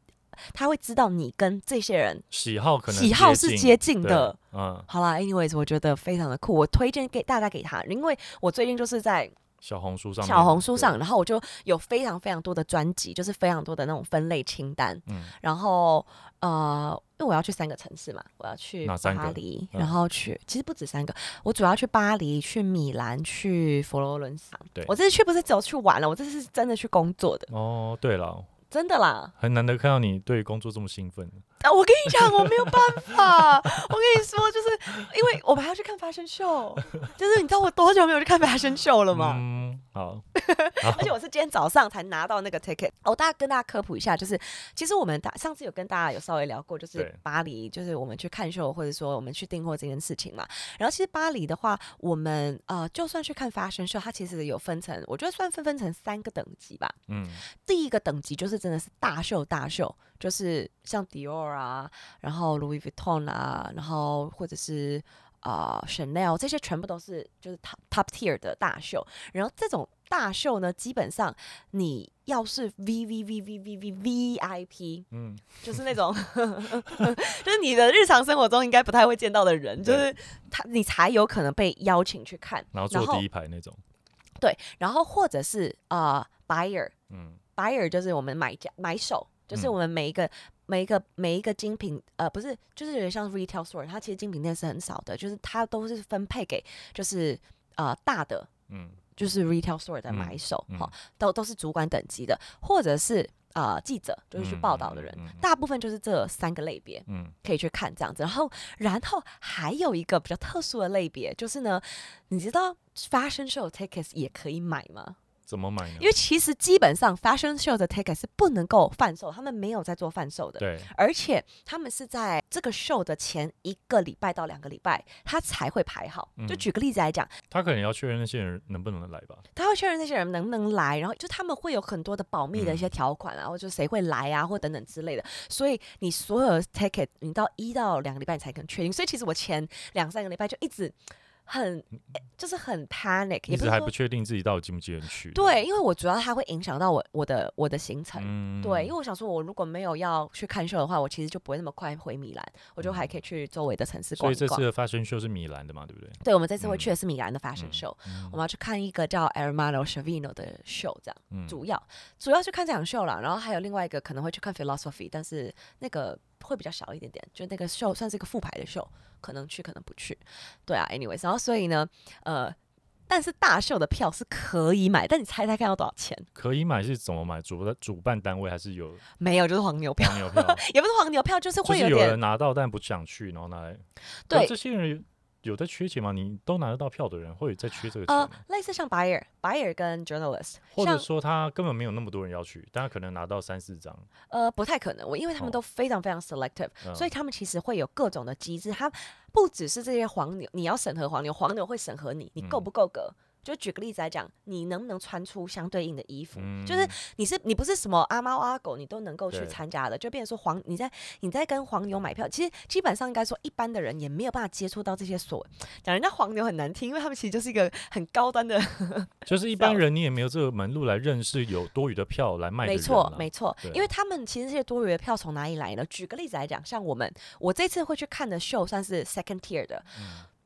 [SPEAKER 1] 他会知道你跟这些人
[SPEAKER 2] 喜好可能
[SPEAKER 1] 喜好是接近
[SPEAKER 2] 对
[SPEAKER 1] 的。
[SPEAKER 2] 嗯，
[SPEAKER 1] 好啦，anyways，我觉得非常的酷，我推荐给大家给他，因为我最近就是在
[SPEAKER 2] 小红书上面，
[SPEAKER 1] 小红书上，然后我就有非常非常多的专辑，就是非常多的那种分类清单，
[SPEAKER 2] 对，嗯，
[SPEAKER 1] 然后呃，因为我要去三个城市嘛，我要去
[SPEAKER 2] 哪三个
[SPEAKER 1] 巴黎，
[SPEAKER 2] 嗯
[SPEAKER 1] 然后去、其实不止三个，我主要去巴黎、去米兰、去佛罗伦萨。
[SPEAKER 2] 对
[SPEAKER 1] 我这次去不是只有去玩了，我这次是真的去工作的，
[SPEAKER 2] 哦，对了，
[SPEAKER 1] 真的啦。
[SPEAKER 2] 很难得看到你对工作这么兴奋，
[SPEAKER 1] 啊，我跟你讲，我没有办法。我跟你说，就是因为我们还要去看 fashion show，就是 你知道我多久没有去看 fashion show 了吗？
[SPEAKER 2] 嗯，好，
[SPEAKER 1] 而且我是今天早上才拿到那个 ticket。哦，大家跟大家科普一下，就是其实我们大上次有跟大家有稍微聊过，就是
[SPEAKER 2] 对
[SPEAKER 1] 巴黎，就是我们去看秀或者说我们去订货这件事情嘛。然后其实巴黎的话，我们呃就算去看 fashion show，它其实有分成，我觉得算分分成三个等级吧。
[SPEAKER 2] 嗯，
[SPEAKER 1] 第一个等级就是真的是大秀大秀，就是像 Dior 啊，然后 Louis Vuitton 啊，然后或者是啊、呃 Chanel 这些全部都是就是 top top tier 的大秀。然后这种大秀呢，基本上你要是 V V V V V V V I P，
[SPEAKER 2] 嗯，
[SPEAKER 1] 就是那种 就是你的日常生活中应该不太会见到的人，就是他你才有可能被邀请去看。
[SPEAKER 2] 然后
[SPEAKER 1] 然
[SPEAKER 2] 坐
[SPEAKER 1] 后
[SPEAKER 2] 第一排那种，
[SPEAKER 1] 对，然后或者是啊、呃 buyer。
[SPEAKER 2] 嗯
[SPEAKER 1] buyer 就是我们买家买手，就是
[SPEAKER 2] 嗯
[SPEAKER 1] 我们每一个、每一个每一个精品，呃，不是，就是有点像 retail store，它其实精品店是很少的，就是它都是分配给就是呃大的
[SPEAKER 2] 嗯
[SPEAKER 1] 就是 retail store 的
[SPEAKER 2] 嗯
[SPEAKER 1] 买手，
[SPEAKER 2] 嗯
[SPEAKER 1] 哈、都都是主管等级的，或者是呃记者，就是去
[SPEAKER 2] 嗯
[SPEAKER 1] 报道的
[SPEAKER 2] 嗯
[SPEAKER 1] 人，
[SPEAKER 2] 嗯嗯
[SPEAKER 1] 大部分就是这三个类别
[SPEAKER 2] 嗯，
[SPEAKER 1] 可以去看这样子。然后，然后还有一个比较特殊的类别，就是呢，你知道 fashion show tickets 也可以买吗？
[SPEAKER 2] 怎么买呢
[SPEAKER 1] 因？为其实基本上 fashion show 的 ticket 是不能够贩售，他们没有在做贩售的，
[SPEAKER 2] 对，
[SPEAKER 1] 而且他们是在这个 show 的前一个礼拜到两个礼拜，他才会排好。
[SPEAKER 2] 嗯
[SPEAKER 1] 就举个例子来讲，
[SPEAKER 2] 他可能要确认那些人能不能来吧，
[SPEAKER 1] 他会确认那些人能不能来，然后就他们会有很多的保密的一些
[SPEAKER 2] 嗯
[SPEAKER 1] 条款啊，或者谁会来啊，或等等之类的。所以你所有的 ticket，你到一到两个礼拜你才能确定。所以其实我前两三个礼拜就一直很，就是很 panic，也
[SPEAKER 2] 嗯
[SPEAKER 1] 不
[SPEAKER 2] 一直
[SPEAKER 1] 是
[SPEAKER 2] 还
[SPEAKER 1] 说
[SPEAKER 2] 不确定自己到底进不进得 去，，
[SPEAKER 1] 对，因为我主要它会影响到我我的我的行程。
[SPEAKER 2] 嗯，
[SPEAKER 1] 对，因为我想说，我如果没有要去看秀的话，我其实就不会那么快回米兰，我就还可以去周围的城市
[SPEAKER 2] 嗯所
[SPEAKER 1] 逛
[SPEAKER 2] 以
[SPEAKER 1] 一
[SPEAKER 2] 这次
[SPEAKER 1] 逛。
[SPEAKER 2] 的 fashion show 是米兰的嘛，对不对？
[SPEAKER 1] 对，我们这次会
[SPEAKER 2] 嗯
[SPEAKER 1] 去的是米兰的 fashion
[SPEAKER 2] 嗯
[SPEAKER 1] show，、我
[SPEAKER 2] 嗯
[SPEAKER 1] 们要去看一个叫 Ermano Shavino 的 show，这样
[SPEAKER 2] 嗯
[SPEAKER 1] 主要主要去看这场秀啦，然后还有另外一个可能会去看 Philosophy，但是那个会比较小一点点，就那个秀算是一个复牌的秀，可能去可能不去。对啊，anyways，然后所以呢，呃，但是大秀的票是可以买，但你猜猜看要多少钱？
[SPEAKER 2] 可以买是怎么买？主主办单位还 是有
[SPEAKER 1] 没有，就是黄牛票，
[SPEAKER 2] 黄牛票？
[SPEAKER 1] 也不是黄牛票，就是
[SPEAKER 2] 就
[SPEAKER 1] 会
[SPEAKER 2] 是有
[SPEAKER 1] 点
[SPEAKER 2] 人拿到但不想去，然后拿来。
[SPEAKER 1] 对
[SPEAKER 2] 可这些人有在缺钱吗？你都拿得到票的人会在缺这个钱
[SPEAKER 1] 呃
[SPEAKER 2] 吗？，
[SPEAKER 1] 类似像 buyer、buyer 跟 journalist，
[SPEAKER 2] 或者
[SPEAKER 1] 像
[SPEAKER 2] 说他根本没有那么多人要去，但他可能拿到三四张，
[SPEAKER 1] 呃不太可能，我因为他们
[SPEAKER 2] 哦
[SPEAKER 1] 都非常非常 selective，、
[SPEAKER 2] 嗯
[SPEAKER 1] 所以他们其实会有各种的机制，它不只是这些黄牛，你要审核黄牛，黄牛会审核你，你够
[SPEAKER 2] 嗯
[SPEAKER 1] 不够格。就举个例子来讲，你能不能穿出相对应的衣服？
[SPEAKER 2] 嗯，
[SPEAKER 1] 就是你是你不是什么阿猫阿狗，你都能够去
[SPEAKER 2] 对
[SPEAKER 1] 参加的，就变成说黄你在你在跟黄牛买票，其实基本上应该说一般的人也没有办法接触到这些所讲人家黄牛很难听，因为他们其实就是一个很高端的，
[SPEAKER 2] 就是一般人你也没有这个门路来认识有多余的票来卖的
[SPEAKER 1] 没
[SPEAKER 2] 人啦、
[SPEAKER 1] 错没错
[SPEAKER 2] 对，啊
[SPEAKER 1] 因为他们其实这些多余的票从哪里来呢？举个例子来讲，像我们我这次会去看的秀算是 second tier 的，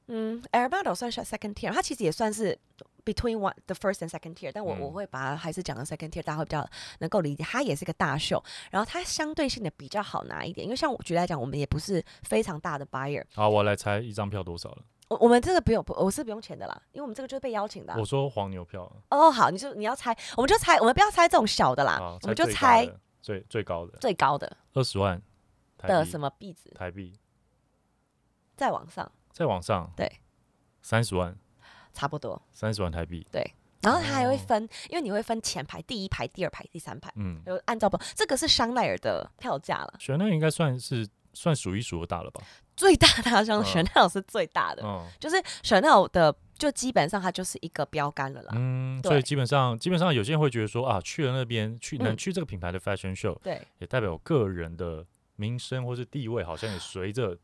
[SPEAKER 1] 嗯 a r b a d o 算是 second tier，它其实也算是 between one the first and second tier，但我、
[SPEAKER 2] 嗯
[SPEAKER 1] 我会把它还是讲成 second tier，大家会比较能够理解。它也是个大秀，然后它相对性的比较好拿一点，因为像我举例来讲，我们也不是非常大的 buyer，
[SPEAKER 2] 好，我来猜一张票多少了？
[SPEAKER 1] 我我们这个不用，不我是不用钱的啦，因为我们这个就是被邀请的啊、
[SPEAKER 2] 我说黄牛票
[SPEAKER 1] 哦，好，你就你要猜，我们就猜，我们不要猜这种小的啦，
[SPEAKER 2] 啊，
[SPEAKER 1] 我们就
[SPEAKER 2] 最高
[SPEAKER 1] 猜
[SPEAKER 2] 的最最高的
[SPEAKER 1] 最高的
[SPEAKER 2] 二十万台
[SPEAKER 1] 的
[SPEAKER 2] 币
[SPEAKER 1] 什么币值，
[SPEAKER 2] 台币，
[SPEAKER 1] 再往上
[SPEAKER 2] 再往上
[SPEAKER 1] 对
[SPEAKER 2] 三十万
[SPEAKER 1] 差不多。
[SPEAKER 2] 三十万台币，
[SPEAKER 1] 然后它还会
[SPEAKER 2] 哦
[SPEAKER 1] 分，因为你会分前排第一排、第二排、第三排，
[SPEAKER 2] 嗯，
[SPEAKER 1] 就按照不，这个是香奈儿的票价了，
[SPEAKER 2] 选那应该算是算数一数二大了吧？
[SPEAKER 1] 最大的好像
[SPEAKER 2] 嗯
[SPEAKER 1] 香奈儿是最大的，
[SPEAKER 2] 嗯
[SPEAKER 1] 就是香奈儿的就基本上它就是一个标杆了啦。
[SPEAKER 2] 嗯，
[SPEAKER 1] 对
[SPEAKER 2] 所以基本上基本上有些人会觉得说啊，去了那边去能
[SPEAKER 1] 嗯
[SPEAKER 2] 去这个品牌的 fashion show，
[SPEAKER 1] 对，
[SPEAKER 2] 也代表个人的名声或是地位好像也随着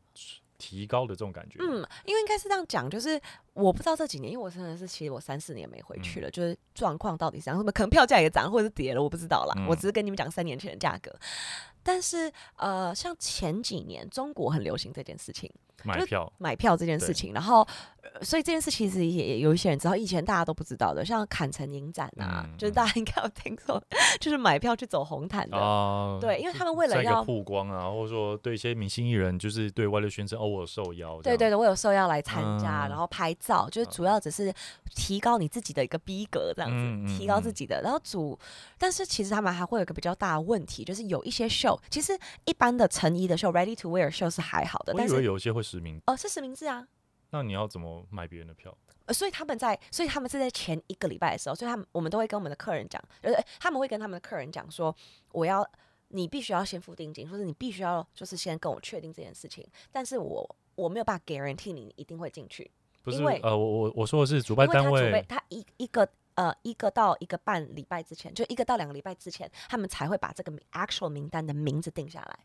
[SPEAKER 2] 提高的这种感觉。
[SPEAKER 1] 嗯，因为应该是这样讲，就是我不知道这几年，因为我真的是其实我三四年没回去
[SPEAKER 2] 嗯
[SPEAKER 1] 了，就是状况到底是怎样，什么可能票价也涨或者是跌了，我不知道啦，我
[SPEAKER 2] 嗯
[SPEAKER 1] 只是跟你们讲三年前的价格。但是呃，像前几年中国很流行这件事情。
[SPEAKER 2] 买
[SPEAKER 1] 就
[SPEAKER 2] 票
[SPEAKER 1] 买票这件事
[SPEAKER 2] 对
[SPEAKER 1] 情，然后、呃所以这件事其实也也有一些人知道，以前大家都不知道的，像坎城影展啊，
[SPEAKER 2] 嗯
[SPEAKER 1] 就是大家应该有听说，就是买票去走红毯的，
[SPEAKER 2] 啊，
[SPEAKER 1] 对，因为他们为了
[SPEAKER 2] 再一个
[SPEAKER 1] 要。
[SPEAKER 2] 曝光啊，或者说对一些明星艺人，就是对外界宣称哦，我有受邀。
[SPEAKER 1] 对对，对，我有受邀来参加，
[SPEAKER 2] 嗯
[SPEAKER 1] 然后拍照，就是主要只是提高你自己的一个逼格，这样子、
[SPEAKER 2] 嗯嗯
[SPEAKER 1] 提高
[SPEAKER 2] 嗯
[SPEAKER 1] 自己的。然后主，但是其实他们还会有一个比较大的问题，就是有一些秀，其实一般的成衣的秀、ready to wear 秀是还好的，
[SPEAKER 2] 我
[SPEAKER 1] 但
[SPEAKER 2] 以为
[SPEAKER 1] 是
[SPEAKER 2] 有一些会实名，
[SPEAKER 1] 哦是实名制啊，
[SPEAKER 2] 那你要怎么买别人的票？
[SPEAKER 1] 呃所以他们在，所以他们是在前一个礼拜的时候，所以他们我们都会跟我们的客人讲，呃，他们会跟他们的客人讲说，我要你必须要先付定金，或者你必须要就是先跟我确定这件事情，但是我我没有办法 guarantee 你一定会进去，
[SPEAKER 2] 不是
[SPEAKER 1] 因为
[SPEAKER 2] 呃，我我我说的是主
[SPEAKER 1] 因
[SPEAKER 2] 办
[SPEAKER 1] 为他
[SPEAKER 2] 单
[SPEAKER 1] 准备
[SPEAKER 2] 位
[SPEAKER 1] 他一一个呃一个到一个半礼拜之前，就一个到两个礼拜之前，他们才会把这个名 actual 名单的名字定下来。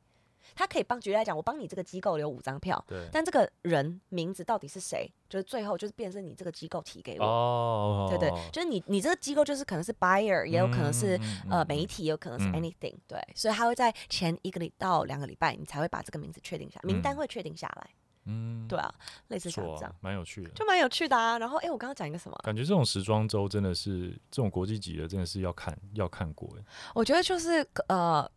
[SPEAKER 1] 他可以帮，举例来讲，我帮你这个机构留五张票，
[SPEAKER 2] 对
[SPEAKER 1] 但这个人名字到底是谁，就是最后就是变成是你这个机构提给我。
[SPEAKER 2] 哦，
[SPEAKER 1] 对对
[SPEAKER 2] 哦，
[SPEAKER 1] 就是你你这个机构就是可能是 buyer，也有可能是、
[SPEAKER 2] 嗯嗯
[SPEAKER 1] 呃
[SPEAKER 2] 嗯
[SPEAKER 1] 媒
[SPEAKER 2] 嗯
[SPEAKER 1] 体，也有可能是
[SPEAKER 2] 嗯
[SPEAKER 1] anything，、对，所以他会在前一个礼到两个礼拜，你才会把这个名字确定下，名单
[SPEAKER 2] 嗯
[SPEAKER 1] 会确定下来，
[SPEAKER 2] 嗯，
[SPEAKER 1] 对啊，类
[SPEAKER 2] 不
[SPEAKER 1] 似像
[SPEAKER 2] 错
[SPEAKER 1] 这样
[SPEAKER 2] 啊，，蛮有趣的。
[SPEAKER 1] 就蛮有趣的啊。然后诶，我刚刚讲一个什么？
[SPEAKER 2] 感觉这种时装周真的是这种国际级的，真的是要看要看过欸。
[SPEAKER 1] 我觉得就是呃，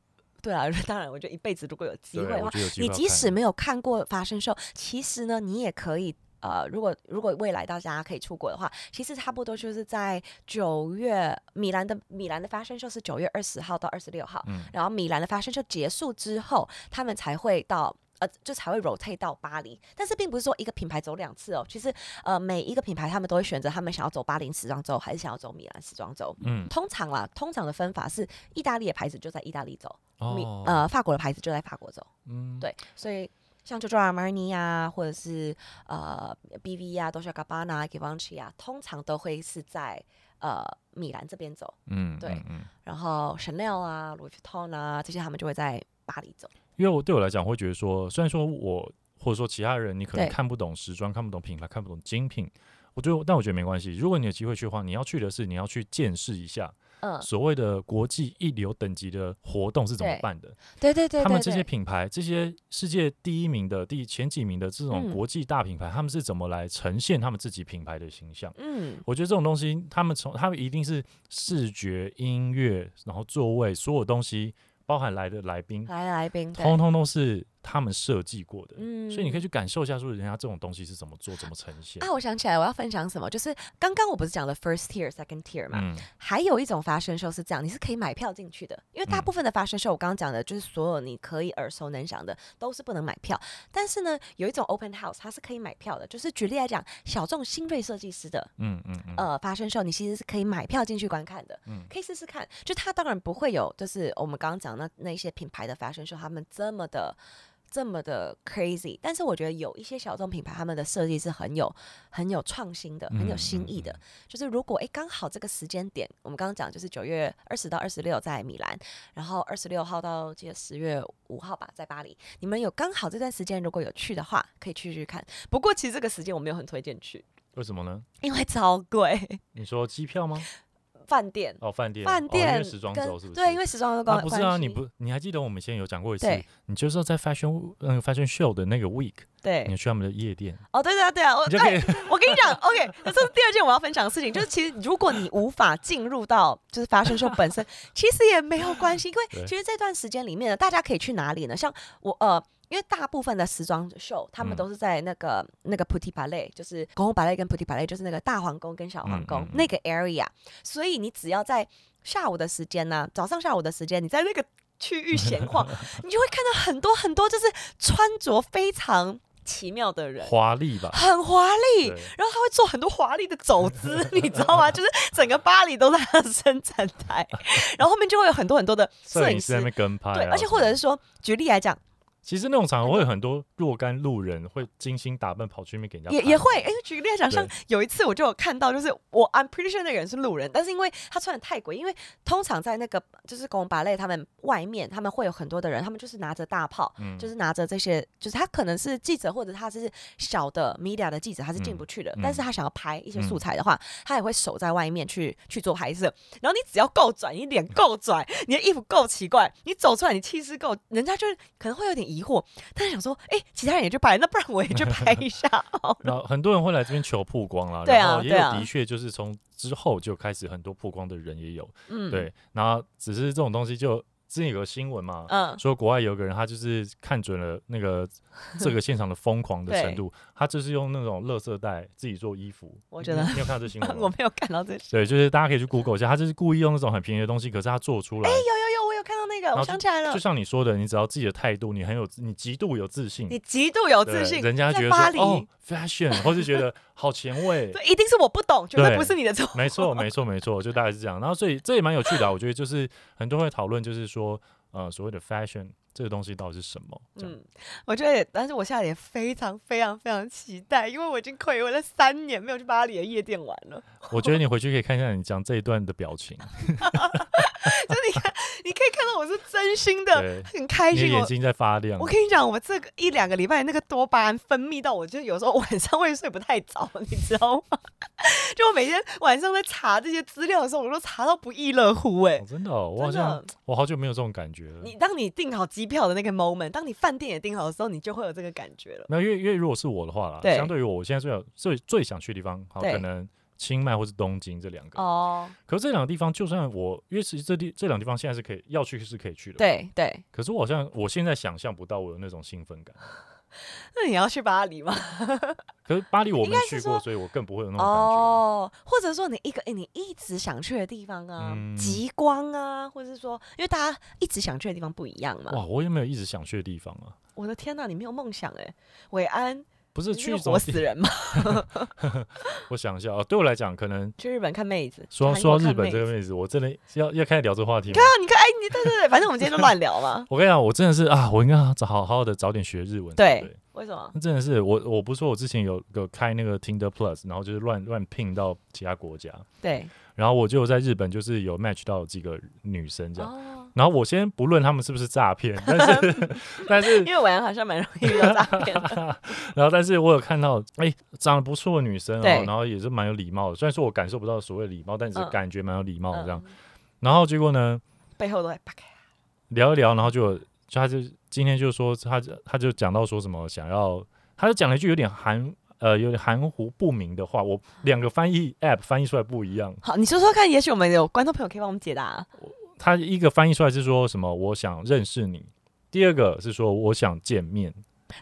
[SPEAKER 1] 对啊， 当然，我觉得一辈子如果有机
[SPEAKER 2] 对
[SPEAKER 1] 会的
[SPEAKER 2] 我
[SPEAKER 1] 话，
[SPEAKER 2] 觉得有机
[SPEAKER 1] 你
[SPEAKER 2] 会要
[SPEAKER 1] 即
[SPEAKER 2] 看
[SPEAKER 1] 使没有看过发生秀，其实呢，你也可以。呃，如果如果未来大家可以出国的话，其实差不多就是在九月，米兰的米兰的 fashion show 是九月二十号到二十六号，
[SPEAKER 2] 嗯
[SPEAKER 1] 然后米兰的 fashion show 结束之后，他们才会到。呃，就才会 rotate 到巴黎，但是并不是说一个品牌走两次哦。其实，呃，每一个品牌他们都会选择他们想要走巴黎时装周，还是想要走米兰时装周。
[SPEAKER 2] 嗯
[SPEAKER 1] 通常啦，通常的分法是，意大利的牌子就在意大利走，米
[SPEAKER 2] 哦
[SPEAKER 1] 呃法国的牌子就在法国走。
[SPEAKER 2] 嗯
[SPEAKER 1] 对，所以像 Giorgio Armani 啊，或者是呃 BV 啊、Dolce Gabbana、Givenchy 啊，通常都会是在呃米兰这边走。
[SPEAKER 2] 嗯
[SPEAKER 1] 对
[SPEAKER 2] 嗯嗯
[SPEAKER 1] 然后 Chanel 啊、Louis Vuitton 啊这些，他们就会在巴黎走。
[SPEAKER 2] 因为我对我来讲会觉得说，虽然说我或者说其他人你可能
[SPEAKER 1] 对
[SPEAKER 2] 看不懂时装，看不懂品牌，看不懂精品，我觉得但我觉得没关系。如果你有机会去的话，你要去的是你要去见识一下
[SPEAKER 1] 嗯，
[SPEAKER 2] 所谓的国际一流等级的活动是怎么
[SPEAKER 1] 对
[SPEAKER 2] 办的。
[SPEAKER 1] 对对对
[SPEAKER 2] 他们
[SPEAKER 1] 对
[SPEAKER 2] 这些
[SPEAKER 1] 对，
[SPEAKER 2] 品牌，这些世界第一名的、第前几名的这
[SPEAKER 1] 嗯
[SPEAKER 2] 种国际大品牌，他们是怎么来呈现他们自己品牌的形象？
[SPEAKER 1] 嗯，
[SPEAKER 2] 我觉得这种东西，他们从他们一定是视觉、音乐，然后座位，所有东西，包含来的来宾，
[SPEAKER 1] 来来宾，对
[SPEAKER 2] 通通都是他们设计过的。
[SPEAKER 1] 嗯
[SPEAKER 2] 所以你可以去感受一下，说人家这种东西是怎么做、怎么呈现。
[SPEAKER 1] 啊，我想起来我要分享什么，就是刚刚我不是讲了 first tier、second tier 嘛，
[SPEAKER 2] 嗯，
[SPEAKER 1] 还有一种 fashion show 是这样，你是可以买票进去的，因为大
[SPEAKER 2] 嗯
[SPEAKER 1] 部分的 fashion show 我刚刚讲的，就是所有你可以耳熟能详的都是不能买票。但是呢，有一种 open house 它是可以买票的，就是举例来讲，小众新锐设计师的
[SPEAKER 2] 嗯嗯嗯，
[SPEAKER 1] 呃 fashion show，你其实是可以买票进去观看的，
[SPEAKER 2] 嗯
[SPEAKER 1] 可以试试看。就它当然不会有，就是我们刚刚讲的那那些品牌的 fashion show 他们这么的。这么的 crazy，但是我觉得有一些小众品牌，他们的设计是很有很有创新的，很有
[SPEAKER 2] 嗯
[SPEAKER 1] 新
[SPEAKER 2] 嗯
[SPEAKER 1] 意的。就是如果诶刚好这个时间点，我们刚刚讲就是九月二十到二十六在米兰，然后二十六号到记得十月五号吧，在巴黎。你们有刚好这段时间如果有去的话，可以去去看。不过其实这个时间我没有很推荐去，
[SPEAKER 2] 为什么呢？
[SPEAKER 1] 因为超贵，
[SPEAKER 2] 你说机票吗？
[SPEAKER 1] 饭店。
[SPEAKER 2] 哦，饭店，
[SPEAKER 1] 饭
[SPEAKER 2] 哦
[SPEAKER 1] 店
[SPEAKER 2] 因
[SPEAKER 1] 跟、
[SPEAKER 2] 为时装周是不是？
[SPEAKER 1] 对，因为时装周关、
[SPEAKER 2] 啊，不是啊，
[SPEAKER 1] 关
[SPEAKER 2] 你
[SPEAKER 1] 系
[SPEAKER 2] 不，你还记得我们以前有讲过一次
[SPEAKER 1] 对，
[SPEAKER 2] 你就是要在 fashion 那个 fashion show 的那个 week，
[SPEAKER 1] 对
[SPEAKER 2] 你去他们的夜店，
[SPEAKER 1] 哦，对对啊对啊，我
[SPEAKER 2] 你就可以
[SPEAKER 1] 哎我跟你讲，OK，那 这是第二件我要分享的事情，就是其实如果你无法进入到就是 fashion show 本 身，其实也没有关系，因为
[SPEAKER 2] 对
[SPEAKER 1] 其实这段时间里面呢，大家可以去哪里呢？像我呃。因为大部分的时装秀，他们
[SPEAKER 2] 嗯
[SPEAKER 1] 都是在那个、那个 Putti Palais，就是宫后 Palais 跟 Putti Palais，就是那个大皇宫跟小皇宫、
[SPEAKER 2] 嗯嗯嗯
[SPEAKER 1] 那个 area。所以你只要在下午的时间呢、早上下午的时间，你在那个区域闲 晃，你就会看到很多很多就是穿着非常奇妙的人，
[SPEAKER 2] 华丽吧？
[SPEAKER 1] 很华丽，
[SPEAKER 2] 对
[SPEAKER 1] 然后他会做很多华丽的走 姿，你知道吗？就是整个巴黎都在他的伸展 台，然后后面就会有很多很多的摄
[SPEAKER 2] 摄
[SPEAKER 1] 影
[SPEAKER 2] 影师在那
[SPEAKER 1] 师，
[SPEAKER 2] 边跟拍啊什
[SPEAKER 1] 对，
[SPEAKER 2] 么的，
[SPEAKER 1] 而且或者是说，举例来讲，
[SPEAKER 2] 其实那种场合会有很多若干路人会精心打扮跑去那边给人家
[SPEAKER 1] 也
[SPEAKER 2] 拍
[SPEAKER 1] 也会，因为举例来讲，
[SPEAKER 2] 对
[SPEAKER 1] 像有一次我就有看到，就是我 I'm pretty sure 那个人是路人，但是因为他穿的太鬼，因为通常在那个就是拱巴类他们外面，他们会有很多的人，他们就是拿着大炮，
[SPEAKER 2] 嗯
[SPEAKER 1] 就是拿着这些，就是他可能是记者或者他是小的 media 的记者，他是进不去的，
[SPEAKER 2] 嗯
[SPEAKER 1] 但是他想要拍一些素材的话，他也会守在外面去去做拍摄。然后你只要够拽，你脸够拽，你的衣服够奇怪，你走出来你气势够，人家就可能会有点疑惑，但是想说，哎、其他人也去拍，那不然我也去拍一
[SPEAKER 2] 。
[SPEAKER 1] 下哦
[SPEAKER 2] 然后很多人会来这边求曝光啦，
[SPEAKER 1] 对啊
[SPEAKER 2] 然后也有
[SPEAKER 1] 对啊
[SPEAKER 2] 的确就是从之后就开始很多曝光的人也有，
[SPEAKER 1] 嗯，
[SPEAKER 2] 对，然后只是这种东西就之前有个新闻嘛，
[SPEAKER 1] 嗯，
[SPEAKER 2] 说国外有个人他就是看准了那个这个现场的疯狂的 程度，他就是用那种垃圾袋自己做衣服，
[SPEAKER 1] 我
[SPEAKER 2] 你
[SPEAKER 1] 觉得
[SPEAKER 2] 你有看到这新闻
[SPEAKER 1] 我
[SPEAKER 2] 吗？
[SPEAKER 1] 没有看到这，有
[SPEAKER 2] 对，就是大家可以去 Google 一下，他就是故意用那种很便宜的东西，可是他做出来，
[SPEAKER 1] 哎有有，我有看到那个，
[SPEAKER 2] 然后
[SPEAKER 1] 我想起来了
[SPEAKER 2] 就，像你说的，你只要自己的态度，你很有自，你极度有自信，
[SPEAKER 1] 你极度有
[SPEAKER 2] 对
[SPEAKER 1] 自信，
[SPEAKER 2] 人家觉
[SPEAKER 1] 在
[SPEAKER 2] 得
[SPEAKER 1] 巴
[SPEAKER 2] 说
[SPEAKER 1] 黎，
[SPEAKER 2] 哦，fashion，或是觉得好前卫，
[SPEAKER 1] 对，一定是我不懂，绝对
[SPEAKER 2] 对
[SPEAKER 1] 不是你的 错，
[SPEAKER 2] 没错，没错，没错，就大概是这样。然后所以这也蛮有趣的啊、我觉得就是很多人会讨论，就是说呃所谓的 fashion 这个东西到底是什么？这样，
[SPEAKER 1] 嗯，我觉得也，但是我现在也非常非常非常期待，因为我已经暌违了三年没有去巴黎的夜店玩了。
[SPEAKER 2] 我觉得你回去可以看一下你讲这一段的表情，
[SPEAKER 1] 你可以看到我是真心的
[SPEAKER 2] 对，
[SPEAKER 1] 很 开
[SPEAKER 2] 你的
[SPEAKER 1] 心。
[SPEAKER 2] 眼
[SPEAKER 1] 我
[SPEAKER 2] 睛在发亮
[SPEAKER 1] 我。跟你讲，我这个一两个礼拜那个多巴胺分泌到我，就有时候晚上会睡不太着，你知道吗？ 就我每天晚上在查这些资料的时候，我都查到不亦乐乎哎、
[SPEAKER 2] 哦真的、哦，我好
[SPEAKER 1] 真
[SPEAKER 2] 像
[SPEAKER 1] 的，
[SPEAKER 2] 我好久没有这种感觉了。
[SPEAKER 1] 你当你订好机票的那个 moment，当你饭店也订好的时候，你就会有这个感觉了。
[SPEAKER 2] 没有，因为因为如果是我的话啦，
[SPEAKER 1] 对
[SPEAKER 2] 相对于我，我现在最有最最想去的地方，好，
[SPEAKER 1] 对
[SPEAKER 2] 可能清迈或是东京这两个。
[SPEAKER 1] 哦，
[SPEAKER 2] 可是这两个地方，就算我，因为其实这地这两个地方现在是可以要去是可以去的，。
[SPEAKER 1] 对对，
[SPEAKER 2] 可是我好像我现在想象不到我有那种兴奋感。
[SPEAKER 1] 那你要去巴黎吗？
[SPEAKER 2] 可是巴黎我
[SPEAKER 1] 应
[SPEAKER 2] 没
[SPEAKER 1] 该是
[SPEAKER 2] 去
[SPEAKER 1] 说
[SPEAKER 2] 过，所以我更不会有那种感觉。
[SPEAKER 1] 哦，或者说你一个诶你一直想去的地方啊，
[SPEAKER 2] 嗯
[SPEAKER 1] 极光啊，或者是说，因为大家一直想去的地方不一样嘛。
[SPEAKER 2] 哇，我有没有一直想去的地方啊？
[SPEAKER 1] 我的天呐，你没有梦想哎、伟安，
[SPEAKER 2] 不是
[SPEAKER 1] 你
[SPEAKER 2] 去
[SPEAKER 1] 个
[SPEAKER 2] 什么
[SPEAKER 1] 活
[SPEAKER 2] 地
[SPEAKER 1] 死人嘛？
[SPEAKER 2] 我想一下啊，对我来讲，可能
[SPEAKER 1] 去日本看妹子，
[SPEAKER 2] 说
[SPEAKER 1] 去
[SPEAKER 2] 说
[SPEAKER 1] 韩国
[SPEAKER 2] 到日本
[SPEAKER 1] 看妹
[SPEAKER 2] 这个
[SPEAKER 1] 子
[SPEAKER 2] 妹子，我真的要要开始聊这个话题吗？。
[SPEAKER 1] 对啊，你看，哎，你对对对，反正我们今天就乱聊嘛
[SPEAKER 2] 我跟你讲，我真的是啊，我应该早好好的早点学日文。
[SPEAKER 1] 对
[SPEAKER 2] 不对，
[SPEAKER 1] 为什 么？
[SPEAKER 2] 那真的是我，我不是说我之前有有开那个 Tinder Plus，然后就是乱乱聘到其他国家，
[SPEAKER 1] 对，
[SPEAKER 2] 然后我就有在日本就是有 match 到几个女生这样。
[SPEAKER 1] 哦，
[SPEAKER 2] 然后我先不论他们是不是诈骗，但是 但是
[SPEAKER 1] 因为伟安好像蛮容易遇到诈骗 的。
[SPEAKER 2] 然后，但是我有看到，哎、长得不错的女生哦，
[SPEAKER 1] 对
[SPEAKER 2] 然后也是蛮有礼貌的。虽然说我感受不到所谓礼貌，但只是
[SPEAKER 1] 嗯
[SPEAKER 2] 感觉蛮有礼貌的哦这样。
[SPEAKER 1] 嗯
[SPEAKER 2] 然后结果呢，
[SPEAKER 1] 背后都在扒开。
[SPEAKER 2] 聊一聊，然后就有就他就今天就说他他就讲到说什么想要，他就讲了一句有点含呃有点含糊不明的话，我两个翻译 app 翻译出来不一样。
[SPEAKER 1] 好，你说说看，也许我们有观众朋友可以帮我们解答啊、
[SPEAKER 2] 他一个翻译出来是说什么我想认识你，第二个是说我想见面，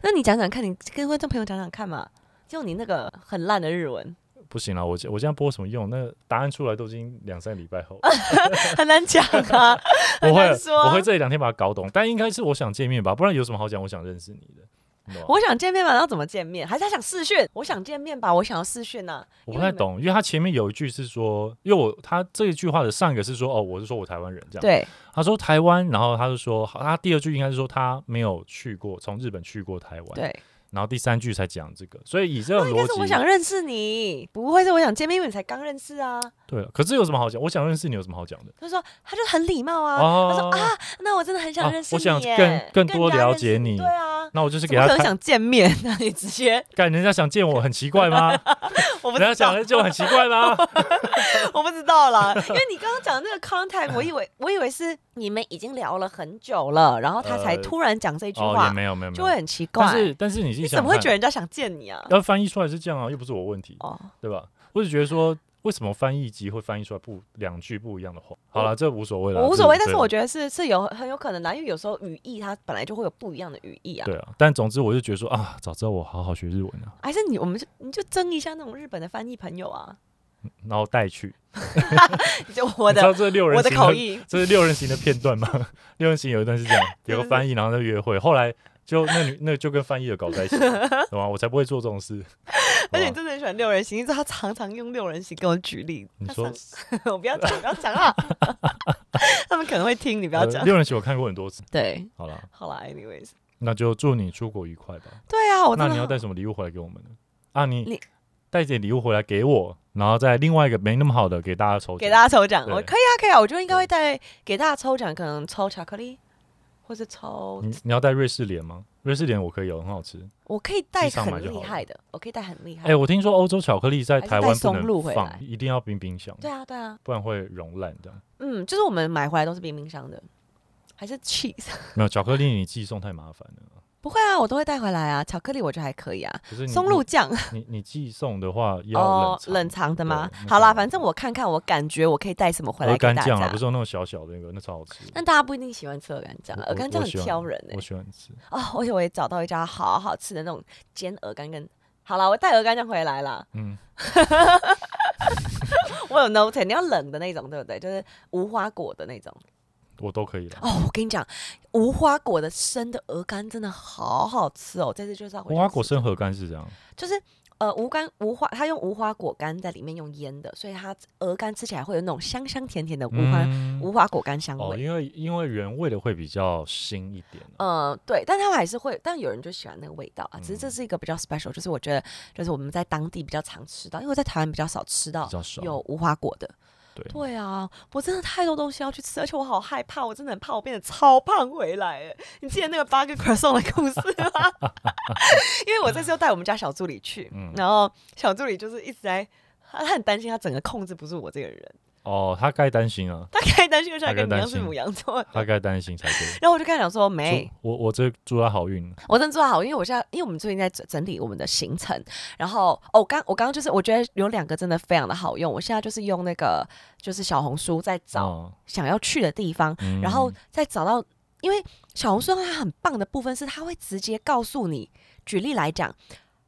[SPEAKER 1] 那你讲讲看，你跟观众朋友讲讲看嘛，就你那个很烂的日文，
[SPEAKER 2] 不行了，我我这样播什么用？那答案出来都已经两三礼拜后了。
[SPEAKER 1] 很难讲啊。
[SPEAKER 2] 我
[SPEAKER 1] 很
[SPEAKER 2] 会
[SPEAKER 1] 难说啊
[SPEAKER 2] 我会这两天把它搞懂，但应该是我想见面吧，不然有什么好讲？我想认识你的，你懂吗
[SPEAKER 1] 我想见面吧，然后怎么见面？还是他想视讯？我想见面吧，我想要啊视讯呐、
[SPEAKER 2] 我不太懂，因为他前面有一句是说，因为我他这一句话的上一个是说，哦，我是说我台湾人这样。
[SPEAKER 1] 对，
[SPEAKER 2] 他说台湾，然后他就说，好他第二句应该是说他没有去过，从日本去过台湾。。
[SPEAKER 1] 对，哦
[SPEAKER 2] 然后第三句才讲这个，所以以这个
[SPEAKER 1] 那应该
[SPEAKER 2] 逻
[SPEAKER 1] 是我
[SPEAKER 2] 辑，啊
[SPEAKER 1] 想认识你，不会是我想见面，因为你才刚认识啊。
[SPEAKER 2] 对了。可是有什么好讲？我想认识你有什么好讲的？
[SPEAKER 1] 他说他就很礼貌啊，
[SPEAKER 2] 哦
[SPEAKER 1] 他说啊，那我真的很想
[SPEAKER 2] 啊
[SPEAKER 1] 认识
[SPEAKER 2] 我
[SPEAKER 1] 你耶、
[SPEAKER 2] 想更更多
[SPEAKER 1] 加认
[SPEAKER 2] 了
[SPEAKER 1] 识
[SPEAKER 2] 解你
[SPEAKER 1] 对啊。
[SPEAKER 2] 那我就是
[SPEAKER 1] 怎
[SPEAKER 2] 给
[SPEAKER 1] 么
[SPEAKER 2] 他
[SPEAKER 1] 可能
[SPEAKER 2] 看，
[SPEAKER 1] 想见面？那你直接，
[SPEAKER 2] 干人家想见我很奇怪 吗？
[SPEAKER 1] 我不
[SPEAKER 2] 人家
[SPEAKER 1] 知
[SPEAKER 2] 想
[SPEAKER 1] 道，
[SPEAKER 2] 的就很奇怪吗？
[SPEAKER 1] 我不知道啦。因为你刚刚讲的那个 contact，我以为我以为是你们已经聊了很久了，然后他才
[SPEAKER 2] 呃
[SPEAKER 1] 突然讲这句
[SPEAKER 2] 哦，
[SPEAKER 1] 话，
[SPEAKER 2] 也没有没有没
[SPEAKER 1] 就会
[SPEAKER 2] 有。
[SPEAKER 1] 很奇怪。
[SPEAKER 2] 但是但是你自己
[SPEAKER 1] 你
[SPEAKER 2] 想
[SPEAKER 1] 怎么会
[SPEAKER 2] 看
[SPEAKER 1] 觉得人家想见你啊？
[SPEAKER 2] 要翻译出来是这样啊，又不是我问题，
[SPEAKER 1] 哦，
[SPEAKER 2] 对吧？我只觉得说，为什么翻译机会翻译出来不两句不一样的话？好了，这无所谓了，
[SPEAKER 1] 我无所谓，
[SPEAKER 2] 这
[SPEAKER 1] 但是我
[SPEAKER 2] 对
[SPEAKER 1] 觉得是是有很有可能的啊，因为有时候语义它本来就会有不一样的语义啊。
[SPEAKER 2] 对啊，但总之我就觉得说啊，早知道我好好学日文啊，
[SPEAKER 1] 还是你我们就你就争一下那种日本的翻译朋友啊，
[SPEAKER 2] 然后带去。
[SPEAKER 1] 就 我
[SPEAKER 2] 你知道
[SPEAKER 1] 的
[SPEAKER 2] 这六人
[SPEAKER 1] 我的
[SPEAKER 2] 行
[SPEAKER 1] 口译，
[SPEAKER 2] 这是六人行的片段吗？ 六人行有一段是这 样，有个翻译，然后在约会，后来就那女那就跟翻译的搞 在一起，懂吗？我才不会做这种事。
[SPEAKER 1] 而且你
[SPEAKER 2] 懂吗
[SPEAKER 1] 真的很喜欢六人行，你知道他常常用六人行跟我举例。
[SPEAKER 2] 你
[SPEAKER 1] 他
[SPEAKER 2] 说
[SPEAKER 1] 常 我不要讲，不要讲啊， 他们可能会听，你不要
[SPEAKER 2] 呃
[SPEAKER 1] 讲。
[SPEAKER 2] 六人行我看过很多次，
[SPEAKER 1] 对，
[SPEAKER 2] 好了，
[SPEAKER 1] 好啦，anyways，
[SPEAKER 2] 那就祝你出国愉快吧。
[SPEAKER 1] 对啊，我真
[SPEAKER 2] 那
[SPEAKER 1] 的
[SPEAKER 2] 你要
[SPEAKER 1] 好
[SPEAKER 2] 带什么礼物回来给我们呢？啊，你
[SPEAKER 1] 你
[SPEAKER 2] 带点礼物回来给我，然后再另外一个没那么好的给大家抽奖，
[SPEAKER 1] 给大家抽奖，
[SPEAKER 2] 对
[SPEAKER 1] 我可以啊，可以啊，我就应该会带给大家抽奖，可能抽巧克力，或是抽
[SPEAKER 2] 你你要带瑞士莲吗？瑞士莲我可以哦有，很好吃。
[SPEAKER 1] 我可以带
[SPEAKER 2] 机场买
[SPEAKER 1] 很
[SPEAKER 2] 就好
[SPEAKER 1] 厉
[SPEAKER 2] 了
[SPEAKER 1] 害的，我可以带很厉害
[SPEAKER 2] 哎、
[SPEAKER 1] 的。
[SPEAKER 2] 我听说欧洲巧克力在
[SPEAKER 1] 还是
[SPEAKER 2] 台
[SPEAKER 1] 带
[SPEAKER 2] 湾不
[SPEAKER 1] 松露
[SPEAKER 2] 能
[SPEAKER 1] 回
[SPEAKER 2] 放
[SPEAKER 1] 来，
[SPEAKER 2] 一定要冰冰箱，
[SPEAKER 1] 对啊，对啊，
[SPEAKER 2] 不然会融烂这样。
[SPEAKER 1] 嗯，就是我们买回来都是冰冰箱的，还是 cheese？
[SPEAKER 2] 没有巧克力你寄送太麻烦了。
[SPEAKER 1] 不会啊，我都会带回来啊。巧克力我觉得还可以啊，
[SPEAKER 2] 可是你
[SPEAKER 1] 松露酱
[SPEAKER 2] 你你寄送的 话要
[SPEAKER 1] 哦
[SPEAKER 2] 冷，藏
[SPEAKER 1] 冷藏的吗
[SPEAKER 2] 对那？个
[SPEAKER 1] 好啦，反正我看看，我感觉我可以带什么回来
[SPEAKER 2] 鹅
[SPEAKER 1] 给
[SPEAKER 2] 肝
[SPEAKER 1] 大
[SPEAKER 2] 酱啊，
[SPEAKER 1] 家
[SPEAKER 2] 不。是有那种小小的那个，那超好吃。
[SPEAKER 1] 但大家不一定喜欢吃鹅肝酱，
[SPEAKER 2] 我
[SPEAKER 1] 鹅肝呃酱
[SPEAKER 2] 我
[SPEAKER 1] 很
[SPEAKER 2] 喜欢
[SPEAKER 1] 挑人哎、
[SPEAKER 2] 我喜欢吃。
[SPEAKER 1] 哦，而且我也找到一家好好吃的那种煎鹅肝跟。好啦，我带鹅肝酱回来啦。
[SPEAKER 2] 嗯，
[SPEAKER 1] 我有 note，你要欸冷的那种，对不对？就是无花果的那种。
[SPEAKER 2] 我都可以了。
[SPEAKER 1] 哦，我跟你讲，无花果的生的鹅肝真的好好吃哦！这次就是要回
[SPEAKER 2] 无
[SPEAKER 1] 去
[SPEAKER 2] 花果
[SPEAKER 1] 吃
[SPEAKER 2] 生鹅肝是这样，
[SPEAKER 1] 就是呃无干无花，它用无花果干在里面用腌的，所以它鹅肝吃起来会有那种香香甜甜的无花、
[SPEAKER 2] 嗯
[SPEAKER 1] 无花果干香
[SPEAKER 2] 哦，
[SPEAKER 1] 味。
[SPEAKER 2] 因为因为原味的会比较腥一点啊、
[SPEAKER 1] 呃，对，但他们还是会，但有人就喜欢那个味道啊。只是这
[SPEAKER 2] 嗯
[SPEAKER 1] 是一个比较 special，就是我觉得，就是我们在当地比较常吃到，因为我在台湾比较少吃到
[SPEAKER 2] 比较少。
[SPEAKER 1] 有无花果的。
[SPEAKER 2] 对
[SPEAKER 1] 对啊，我真的太多东西要去吃，而且我好害怕，我真的很怕我变得超胖回来。哎你记得那个八个 croissant 的故事吗？ 因为我这次又带我们家小助理去，
[SPEAKER 2] 嗯
[SPEAKER 1] 然后小助理就是一直在。他他很担心，他整个控制不住我这个人。
[SPEAKER 2] 哦，他该担心啊，
[SPEAKER 1] 他该担心，就像
[SPEAKER 2] 他该
[SPEAKER 1] 跟你一样
[SPEAKER 2] 担
[SPEAKER 1] 是
[SPEAKER 2] 心
[SPEAKER 1] 母羊座的。
[SPEAKER 2] 他该担心才 对。
[SPEAKER 1] 然后我就跟他讲说，没
[SPEAKER 2] 祝，我我这祝他好运。
[SPEAKER 1] 我真的做好，因为我现在，因为我们最近在整整理我们的行程，然后哦，我刚我刚刚就是我觉得有两个真的非常的好用，我现在就是用那个就是小红书在找
[SPEAKER 2] 哦
[SPEAKER 1] 想要去的地方，
[SPEAKER 2] 嗯
[SPEAKER 1] 然后再找到，因为小红书它很棒的部分是它会直接告诉你，举例来讲。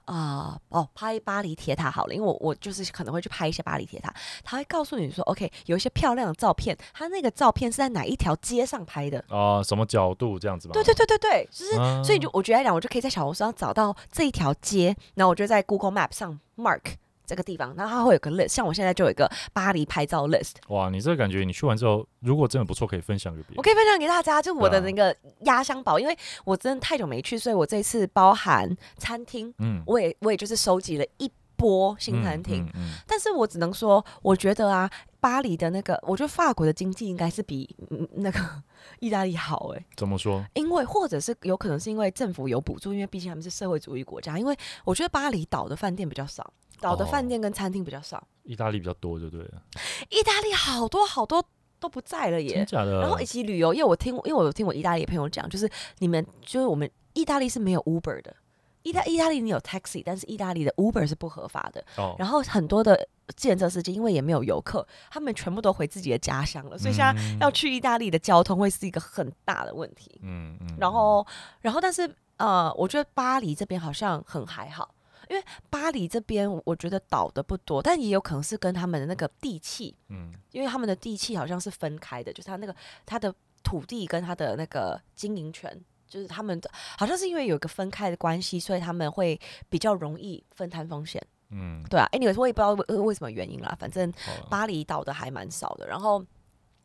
[SPEAKER 1] 啊、哦，拍巴黎铁塔好了，因为我我就是可能会去拍一些巴黎铁塔，它会告诉你说，OK，有一些漂亮的照片，它那个照片是在哪一条街上拍的？
[SPEAKER 2] 哦，什么角度这样子吧？
[SPEAKER 1] 对对对对对，就是
[SPEAKER 2] 啊
[SPEAKER 1] 所以就我觉得来讲，我就可以在小红书上找到这一条街，然后我就在 Google Map 上 mark 这个地方，然后它会有个 list，像我现在就有一个巴黎拍照 list，
[SPEAKER 2] 哇，你这个感觉，你去完之后，如果真的不错，可以分享给别
[SPEAKER 1] 我
[SPEAKER 2] 人。
[SPEAKER 1] 可以分享给大家，就是我的
[SPEAKER 2] 对
[SPEAKER 1] 那
[SPEAKER 2] 啊
[SPEAKER 1] 个压箱宝，因为我真的太久没去，所以我这次包含餐厅，
[SPEAKER 2] 嗯，
[SPEAKER 1] 我也我也就是收集了一波新餐厅，
[SPEAKER 2] 嗯，嗯嗯
[SPEAKER 1] 但是我只能说，我觉得啊，巴黎的那个，我觉得法国的经济应该是比、嗯、那个 意大利好哎、
[SPEAKER 2] 怎么说？
[SPEAKER 1] 因为或者是有可能是因为政府有补助，因为毕竟他们是社会主义国家。因为我觉得巴黎岛的饭店比较少，岛的
[SPEAKER 2] 哦
[SPEAKER 1] 饭店跟餐厅比较少。
[SPEAKER 2] 意大利比较多，就对了。
[SPEAKER 1] 意大利好多好多都不在了
[SPEAKER 2] 真
[SPEAKER 1] 耶。
[SPEAKER 2] 假的？
[SPEAKER 1] 然后以及旅游业，我听因为我有听我意大利的朋友讲，就是你们就是我们意大利是没有 Uber 的。意大意大利你有 taxi，但是意大利的 Uber 是不合法的。
[SPEAKER 2] 哦，
[SPEAKER 1] 然后很多的建设司机因为也没有游客，他们全部都回自己的家乡了，所以现在
[SPEAKER 2] 嗯
[SPEAKER 1] 要去意大利的交通会是一个很大的问题。
[SPEAKER 2] 嗯嗯，
[SPEAKER 1] 然后，然后但是呃，我觉得巴黎这边好像很还好，因为巴黎这边我觉得倒的不多，但也有可能是跟他们的那个地气，
[SPEAKER 2] 嗯，
[SPEAKER 1] 因为他们的地气好像是分开的，就是他那个他的土地跟他的那个经营权就是他们好像是因为有一个分开的关系，所以他们会比较容易分摊风险。
[SPEAKER 2] 嗯，
[SPEAKER 1] 对啊，anyways，我也不知道为为什么原因啦，反正
[SPEAKER 2] 好了
[SPEAKER 1] 巴黎岛的还蛮少的。然后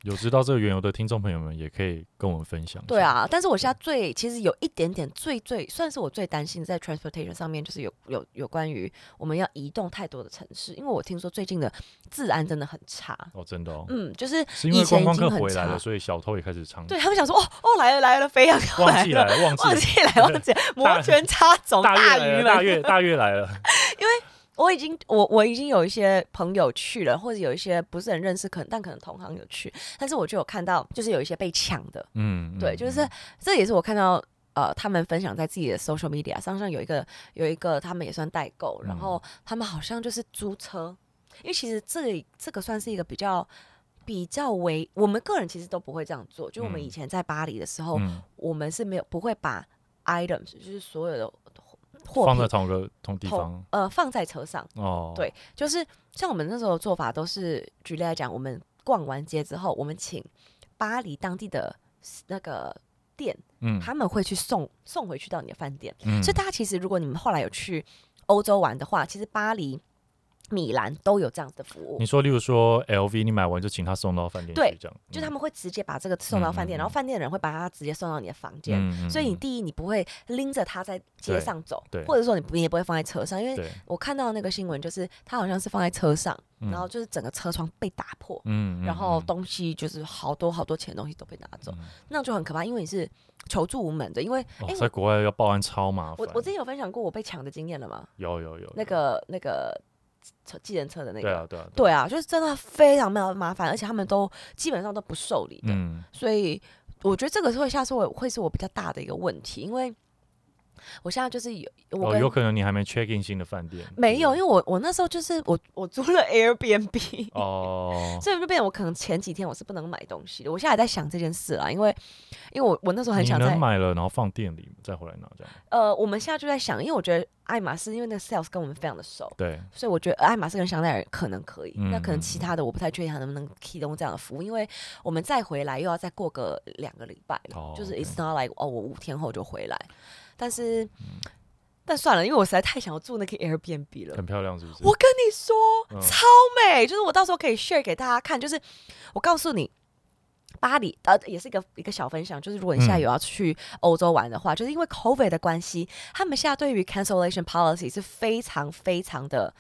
[SPEAKER 2] 有知道这个缘由的听众朋友们，也可以跟我们分享。
[SPEAKER 1] 对，啊，但是我现在最其实有一点点最最算是我最担心的在 transportation 上面，就是有有有关于我们要移动太多的城市，因为我听说最近的治安真的很差。
[SPEAKER 2] 哦，真的哦，
[SPEAKER 1] 嗯，就是
[SPEAKER 2] 是因为
[SPEAKER 1] 以前
[SPEAKER 2] 观
[SPEAKER 1] 已
[SPEAKER 2] 光
[SPEAKER 1] 经
[SPEAKER 2] 客
[SPEAKER 1] 很
[SPEAKER 2] 回来
[SPEAKER 1] 差
[SPEAKER 2] 了，，所以小偷也开始猖
[SPEAKER 1] 对他们想说哦哦来了来了，飞扬要
[SPEAKER 2] 忘
[SPEAKER 1] 来
[SPEAKER 2] 记 来
[SPEAKER 1] 了，
[SPEAKER 2] 了，忘记
[SPEAKER 1] 忘
[SPEAKER 2] 了
[SPEAKER 1] 记来忘记来，摩拳擦掌
[SPEAKER 2] 大
[SPEAKER 1] 大
[SPEAKER 2] 月
[SPEAKER 1] 鱼
[SPEAKER 2] 来了，大
[SPEAKER 1] 们。
[SPEAKER 2] 月 大月来 了，
[SPEAKER 1] 我已经我我已经有一些朋友去了，或者有一些不是很认识，可能但可能同行有去，但是我就有看到就是有一些被抢的，
[SPEAKER 2] 嗯，
[SPEAKER 1] 对，
[SPEAKER 2] 嗯
[SPEAKER 1] 就是这也是我看到。呃，他们分享在自己的 social media 上，像有一个有一个，他们也算代购，
[SPEAKER 2] 嗯
[SPEAKER 1] 然后他们好像就是租车，因为其实这里这个算是一个比较比较为我们个人其实都不会这样做，就我们
[SPEAKER 2] 嗯
[SPEAKER 1] 以前在巴黎的时候，
[SPEAKER 2] 嗯
[SPEAKER 1] 我们是没有不会把 items 就是所有的货
[SPEAKER 2] 放在
[SPEAKER 1] 品
[SPEAKER 2] 同一个同地
[SPEAKER 1] 同
[SPEAKER 2] 方
[SPEAKER 1] 呃放在车上，
[SPEAKER 2] 哦，
[SPEAKER 1] 对就是像我们那时候的做法都是，举例来讲，我们逛完街之后，我们请巴黎当地的那个店，
[SPEAKER 2] 嗯，
[SPEAKER 1] 他们会去送送回去到你的饭店，
[SPEAKER 2] 嗯
[SPEAKER 1] 所以大家其实如果你们后来有去欧洲玩的话，其实巴黎、米兰都有这样子的服务
[SPEAKER 2] 你。说，例如说 LV，你买完就请他送到饭店
[SPEAKER 1] 对
[SPEAKER 2] 去，这样，嗯
[SPEAKER 1] 就他们会直接把这个送到饭店，
[SPEAKER 2] 嗯嗯嗯
[SPEAKER 1] 然后饭店的人会把它直接送到你的房间，
[SPEAKER 2] 嗯
[SPEAKER 1] 所以你
[SPEAKER 2] 嗯
[SPEAKER 1] 第一，你不会拎着它在街
[SPEAKER 2] 对
[SPEAKER 1] 上走
[SPEAKER 2] 对，
[SPEAKER 1] 或者说你不你也不会放在车上，因为
[SPEAKER 2] 对，
[SPEAKER 1] 我看到那个新闻就是它好像是放在车上，
[SPEAKER 2] 嗯
[SPEAKER 1] 然后就是整个车窗被打破，
[SPEAKER 2] 嗯，嗯
[SPEAKER 1] 然后
[SPEAKER 2] 嗯
[SPEAKER 1] 东西就是好多好多钱的东西都被拿走，
[SPEAKER 2] 嗯
[SPEAKER 1] 那就很可怕，因为你是求助无门的，因为
[SPEAKER 2] 哦
[SPEAKER 1] 哎
[SPEAKER 2] 在国外要报案超麻
[SPEAKER 1] 我
[SPEAKER 2] 烦，
[SPEAKER 1] 我之前有分享过我被抢的经验了嘛，
[SPEAKER 2] 有有有
[SPEAKER 1] 那
[SPEAKER 2] 有
[SPEAKER 1] 个那个车计程车的那
[SPEAKER 2] 对啊
[SPEAKER 1] 个。
[SPEAKER 2] 对啊
[SPEAKER 1] 对啊，就是真的非常非常麻烦，而且他们都基本上都不受理的。
[SPEAKER 2] 嗯
[SPEAKER 1] 所以我觉得这个是会下次我会是我比较大的一个问题，因为我现在就是有我
[SPEAKER 2] 哦，
[SPEAKER 1] 跟、
[SPEAKER 2] 有可能你还没 check in 新的饭店，
[SPEAKER 1] 没有，因
[SPEAKER 2] 对
[SPEAKER 1] 为我我那时候就是我我租了 Airbnb，、
[SPEAKER 2] 哦，
[SPEAKER 1] 所以就变成我可能前几天我是不能买东西的。我现在还在想这件事啦，因为因为我我那时候很
[SPEAKER 2] 你
[SPEAKER 1] 想在
[SPEAKER 2] 能买了，然后放店里再回来拿，这样
[SPEAKER 1] 呃，我们现在就在想，因为我觉得爱马仕因为那个 sales 跟我们非常的熟。
[SPEAKER 2] 对，
[SPEAKER 1] 所以我觉得爱马仕跟香奈儿可能可以，
[SPEAKER 2] 嗯
[SPEAKER 1] 那可能其他的我不太确定它能不能提供这样的服务，因为我们再回来又要再过个两个礼拜了，
[SPEAKER 2] 哦
[SPEAKER 1] 就是
[SPEAKER 2] OK
[SPEAKER 1] it's not like 哦，我五天后就回来，但是、
[SPEAKER 2] 嗯
[SPEAKER 1] 但算了，因为我实在太想要住那个 Airbnb 了。
[SPEAKER 2] 很漂亮，是不是？
[SPEAKER 1] 我跟你说，
[SPEAKER 2] 嗯
[SPEAKER 1] 超美，就是我到时候可以 share 给大家看，就是我告诉你。巴黎，呃，也是一个一个小分享，就是如果你现在
[SPEAKER 2] 嗯
[SPEAKER 1] 有要去欧洲玩的话，就是因为 COVID 的关系，他们现在对于 cancellation policy 是非常非常的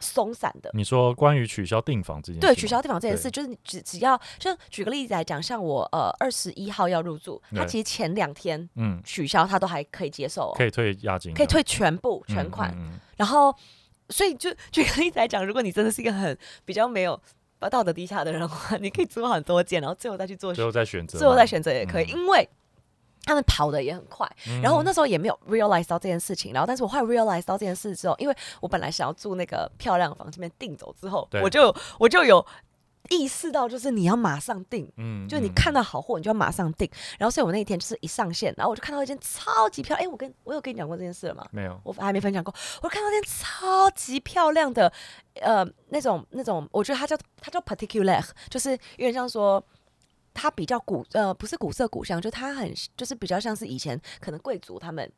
[SPEAKER 1] 松散的。
[SPEAKER 2] 你说关于取消订房这件事吗，
[SPEAKER 1] 对，取消订房这件事，
[SPEAKER 2] 对
[SPEAKER 1] 就是你只只要，就举个例子来讲，像我呃二十一号要入住，他
[SPEAKER 2] 对
[SPEAKER 1] 其实前两天
[SPEAKER 2] 嗯，
[SPEAKER 1] 取消，他都还可以接受、哦，
[SPEAKER 2] 可以退押金的，
[SPEAKER 1] 可以退全部全
[SPEAKER 2] 嗯
[SPEAKER 1] 款，
[SPEAKER 2] 嗯嗯
[SPEAKER 1] 然后，所以就举个例子来讲，如果你真 的是一个很比较没有道德低下的人的话， 你可以租很多件，然后最后再去做
[SPEAKER 2] 最后再选择嘛，
[SPEAKER 1] 最后再选择也可以，
[SPEAKER 2] 嗯
[SPEAKER 1] 因为他们跑的也很快。
[SPEAKER 2] 嗯，
[SPEAKER 1] 然后我那时候也没有 realize 到这件事情，然后但是我后来 realize 到这件事之后，因为我本来想要住那个漂亮房，这边订走之后，
[SPEAKER 2] 对
[SPEAKER 1] 我就我就有意识到，就是你要马上订。
[SPEAKER 2] 嗯，
[SPEAKER 1] 就你
[SPEAKER 2] 嗯
[SPEAKER 1] 看到好货，你就要马上订。然后，所以我那一天就是一上线，然后我就看到一件超级漂亮。哎，我跟我有跟你讲过这件事了吗？
[SPEAKER 2] 没有，
[SPEAKER 1] 我还没分享过，我看到那件超级漂亮的，呃，那种那种，我觉得它叫它叫 particular，就是有点像说。它比较古呃，不是古色古香，就它很就是比较像是以前可能贵族他们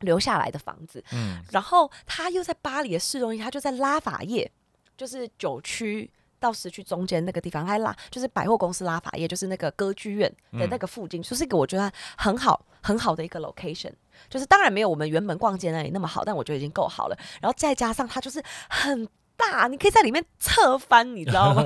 [SPEAKER 1] 留下来的房子。
[SPEAKER 2] 嗯，
[SPEAKER 1] 然后它又在巴黎的市中心，它就在拉法叶，就是九区到十区中间那个地方，它在拉就是百货公司拉法叶，就是那个歌剧院的那个附近，就是一个我觉得很好很好的一个 location。就是当然没有我们原本逛街那里那么好，但我觉得已经够好了。然后再加上它就是很大，你可以在里面侧翻，你知道吗？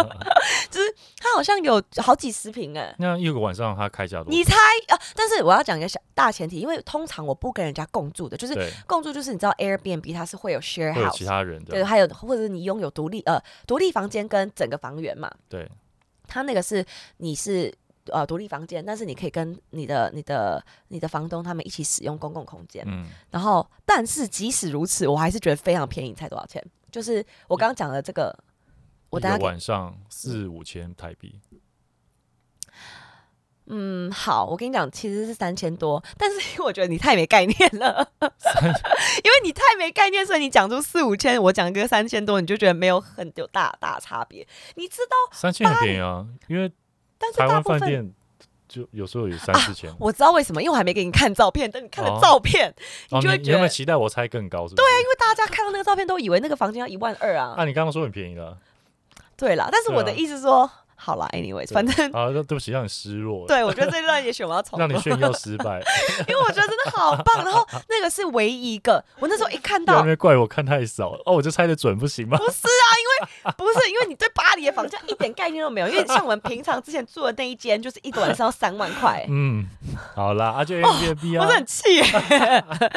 [SPEAKER 1] 就是它好像有好几十平哎、
[SPEAKER 2] 那一个晚上他开价多少？
[SPEAKER 1] 你猜啊？但是我要讲一个小大前提，因为通常我不跟人家共住的，就是
[SPEAKER 2] 对，
[SPEAKER 1] 共住就是你知道 Airbnb 它是会有 share
[SPEAKER 2] 会有其
[SPEAKER 1] house，
[SPEAKER 2] 他人
[SPEAKER 1] 对，
[SPEAKER 2] 的，
[SPEAKER 1] 还有或者你拥有独立呃独立房间跟整个房源嘛，
[SPEAKER 2] 对，
[SPEAKER 1] 它那个是你是呃独立房间，但是你可以跟你的你的你的房东他们一起使用公共空间。
[SPEAKER 2] 嗯，
[SPEAKER 1] 然后，但是即使如此，我还是觉得非常便宜，你猜多少钱？就是我刚刚讲的这个，我
[SPEAKER 2] 一
[SPEAKER 1] 大家
[SPEAKER 2] 个
[SPEAKER 1] 给
[SPEAKER 2] 晚上四五千台币，
[SPEAKER 1] 嗯好，我跟你讲，其实是三千多，但是因为我觉得你太没概念 了，因为你太没概念，所以你讲出四五千，我讲一个三千多，你就觉得没有很有大大差别，你知道？
[SPEAKER 2] 三千很便宜啊，因为
[SPEAKER 1] 但是
[SPEAKER 2] 台
[SPEAKER 1] 大
[SPEAKER 2] 湾
[SPEAKER 1] 部
[SPEAKER 2] 饭
[SPEAKER 1] 分
[SPEAKER 2] 店就有时候有三四千。
[SPEAKER 1] 我知道为什么，因为我还没给你看照片，等你看了
[SPEAKER 2] 哦
[SPEAKER 1] 照片，
[SPEAKER 2] 哦，
[SPEAKER 1] 就
[SPEAKER 2] 你
[SPEAKER 1] 会
[SPEAKER 2] 你
[SPEAKER 1] 觉
[SPEAKER 2] 有没
[SPEAKER 1] 得
[SPEAKER 2] 有期待我猜更高？是对啊，因为
[SPEAKER 1] 大家看到那个照片都以为那个房间要一万二啊。
[SPEAKER 2] 啊，你刚刚说很便宜了，
[SPEAKER 1] 对啦，但是
[SPEAKER 2] 对
[SPEAKER 1] 我的
[SPEAKER 2] 啊
[SPEAKER 1] 意思说，好啦 a n y w a y s 反正
[SPEAKER 2] 啊，那对不起，让你失落，，
[SPEAKER 1] 嗯对我觉得这一段也许我们要重
[SPEAKER 2] 让你
[SPEAKER 1] 录
[SPEAKER 2] 炫耀失败，
[SPEAKER 1] 因为我觉得真的好棒。 然后那个是唯一一个，我那时候一看
[SPEAKER 2] 要
[SPEAKER 1] 到
[SPEAKER 2] 不，然怪我看太少哦，我就猜的准不行吗？。
[SPEAKER 1] 不是啊，因为 不是因为你对巴黎的房价一点概念都没有，因为像我们平常之前住的那一间，就是一个晚上要三万块
[SPEAKER 2] 嗯，好啦，啊就 Airbnb
[SPEAKER 1] 哦我是很
[SPEAKER 2] 啊，
[SPEAKER 1] 气 耶，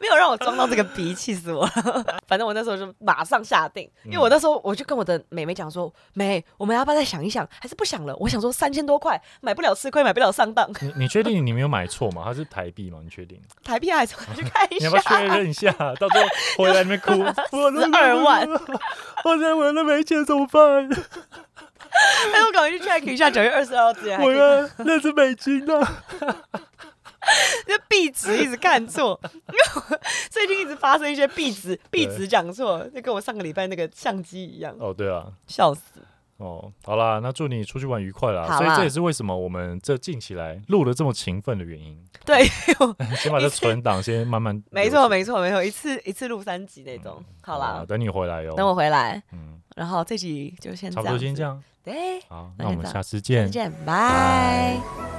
[SPEAKER 1] 没有让我装到这个逼，气死我了。反正我那时候就马上下定，因
[SPEAKER 2] 嗯
[SPEAKER 1] 为我那时候我就跟我的妹妹讲说，妹，我们要不要再想一想，还是不想了？我想说三千多块买不了吃亏，买不了上当，
[SPEAKER 2] 你你确定你没有买错吗？它是台币吗？你确定？
[SPEAKER 1] 台币还是回去看一
[SPEAKER 2] 你
[SPEAKER 1] 下
[SPEAKER 2] 要不要。确认 一下？到时候回来那边哭，我的
[SPEAKER 1] 12万，
[SPEAKER 2] 我在我都没钱怎么办？
[SPEAKER 1] 哎，我赶快去 check 一下，九月二十二号之前还可
[SPEAKER 2] 我
[SPEAKER 1] 以
[SPEAKER 2] 要那是美金啊！
[SPEAKER 1] 那币值一直看错，因为我最近一直发生一些币值币值讲错，就跟我上个礼拜那个相机一样，
[SPEAKER 2] 哦，对啊，
[SPEAKER 1] 笑死。
[SPEAKER 2] 哦，好啦，那祝你出去玩愉快啦！
[SPEAKER 1] 好啦
[SPEAKER 2] 所以这也是为什么我们这近期来录的这么勤奋的 原因。
[SPEAKER 1] 对，
[SPEAKER 2] 先把这存档先慢慢留着。
[SPEAKER 1] 没错没错没错，一次一次录三集那种。
[SPEAKER 2] 嗯
[SPEAKER 1] 好啦，
[SPEAKER 2] 等你回来哟。
[SPEAKER 1] 等我回来，
[SPEAKER 2] 嗯，
[SPEAKER 1] 然后这集就先
[SPEAKER 2] 差
[SPEAKER 1] 这
[SPEAKER 2] 不多
[SPEAKER 1] 样
[SPEAKER 2] 先这
[SPEAKER 1] 子。
[SPEAKER 2] 样。
[SPEAKER 1] 对，
[SPEAKER 2] 好，
[SPEAKER 1] 那
[SPEAKER 2] 那我
[SPEAKER 1] 先这
[SPEAKER 2] 们
[SPEAKER 1] 样
[SPEAKER 2] 下次
[SPEAKER 1] 下
[SPEAKER 2] 见
[SPEAKER 1] 次。见，
[SPEAKER 2] 拜
[SPEAKER 1] 拜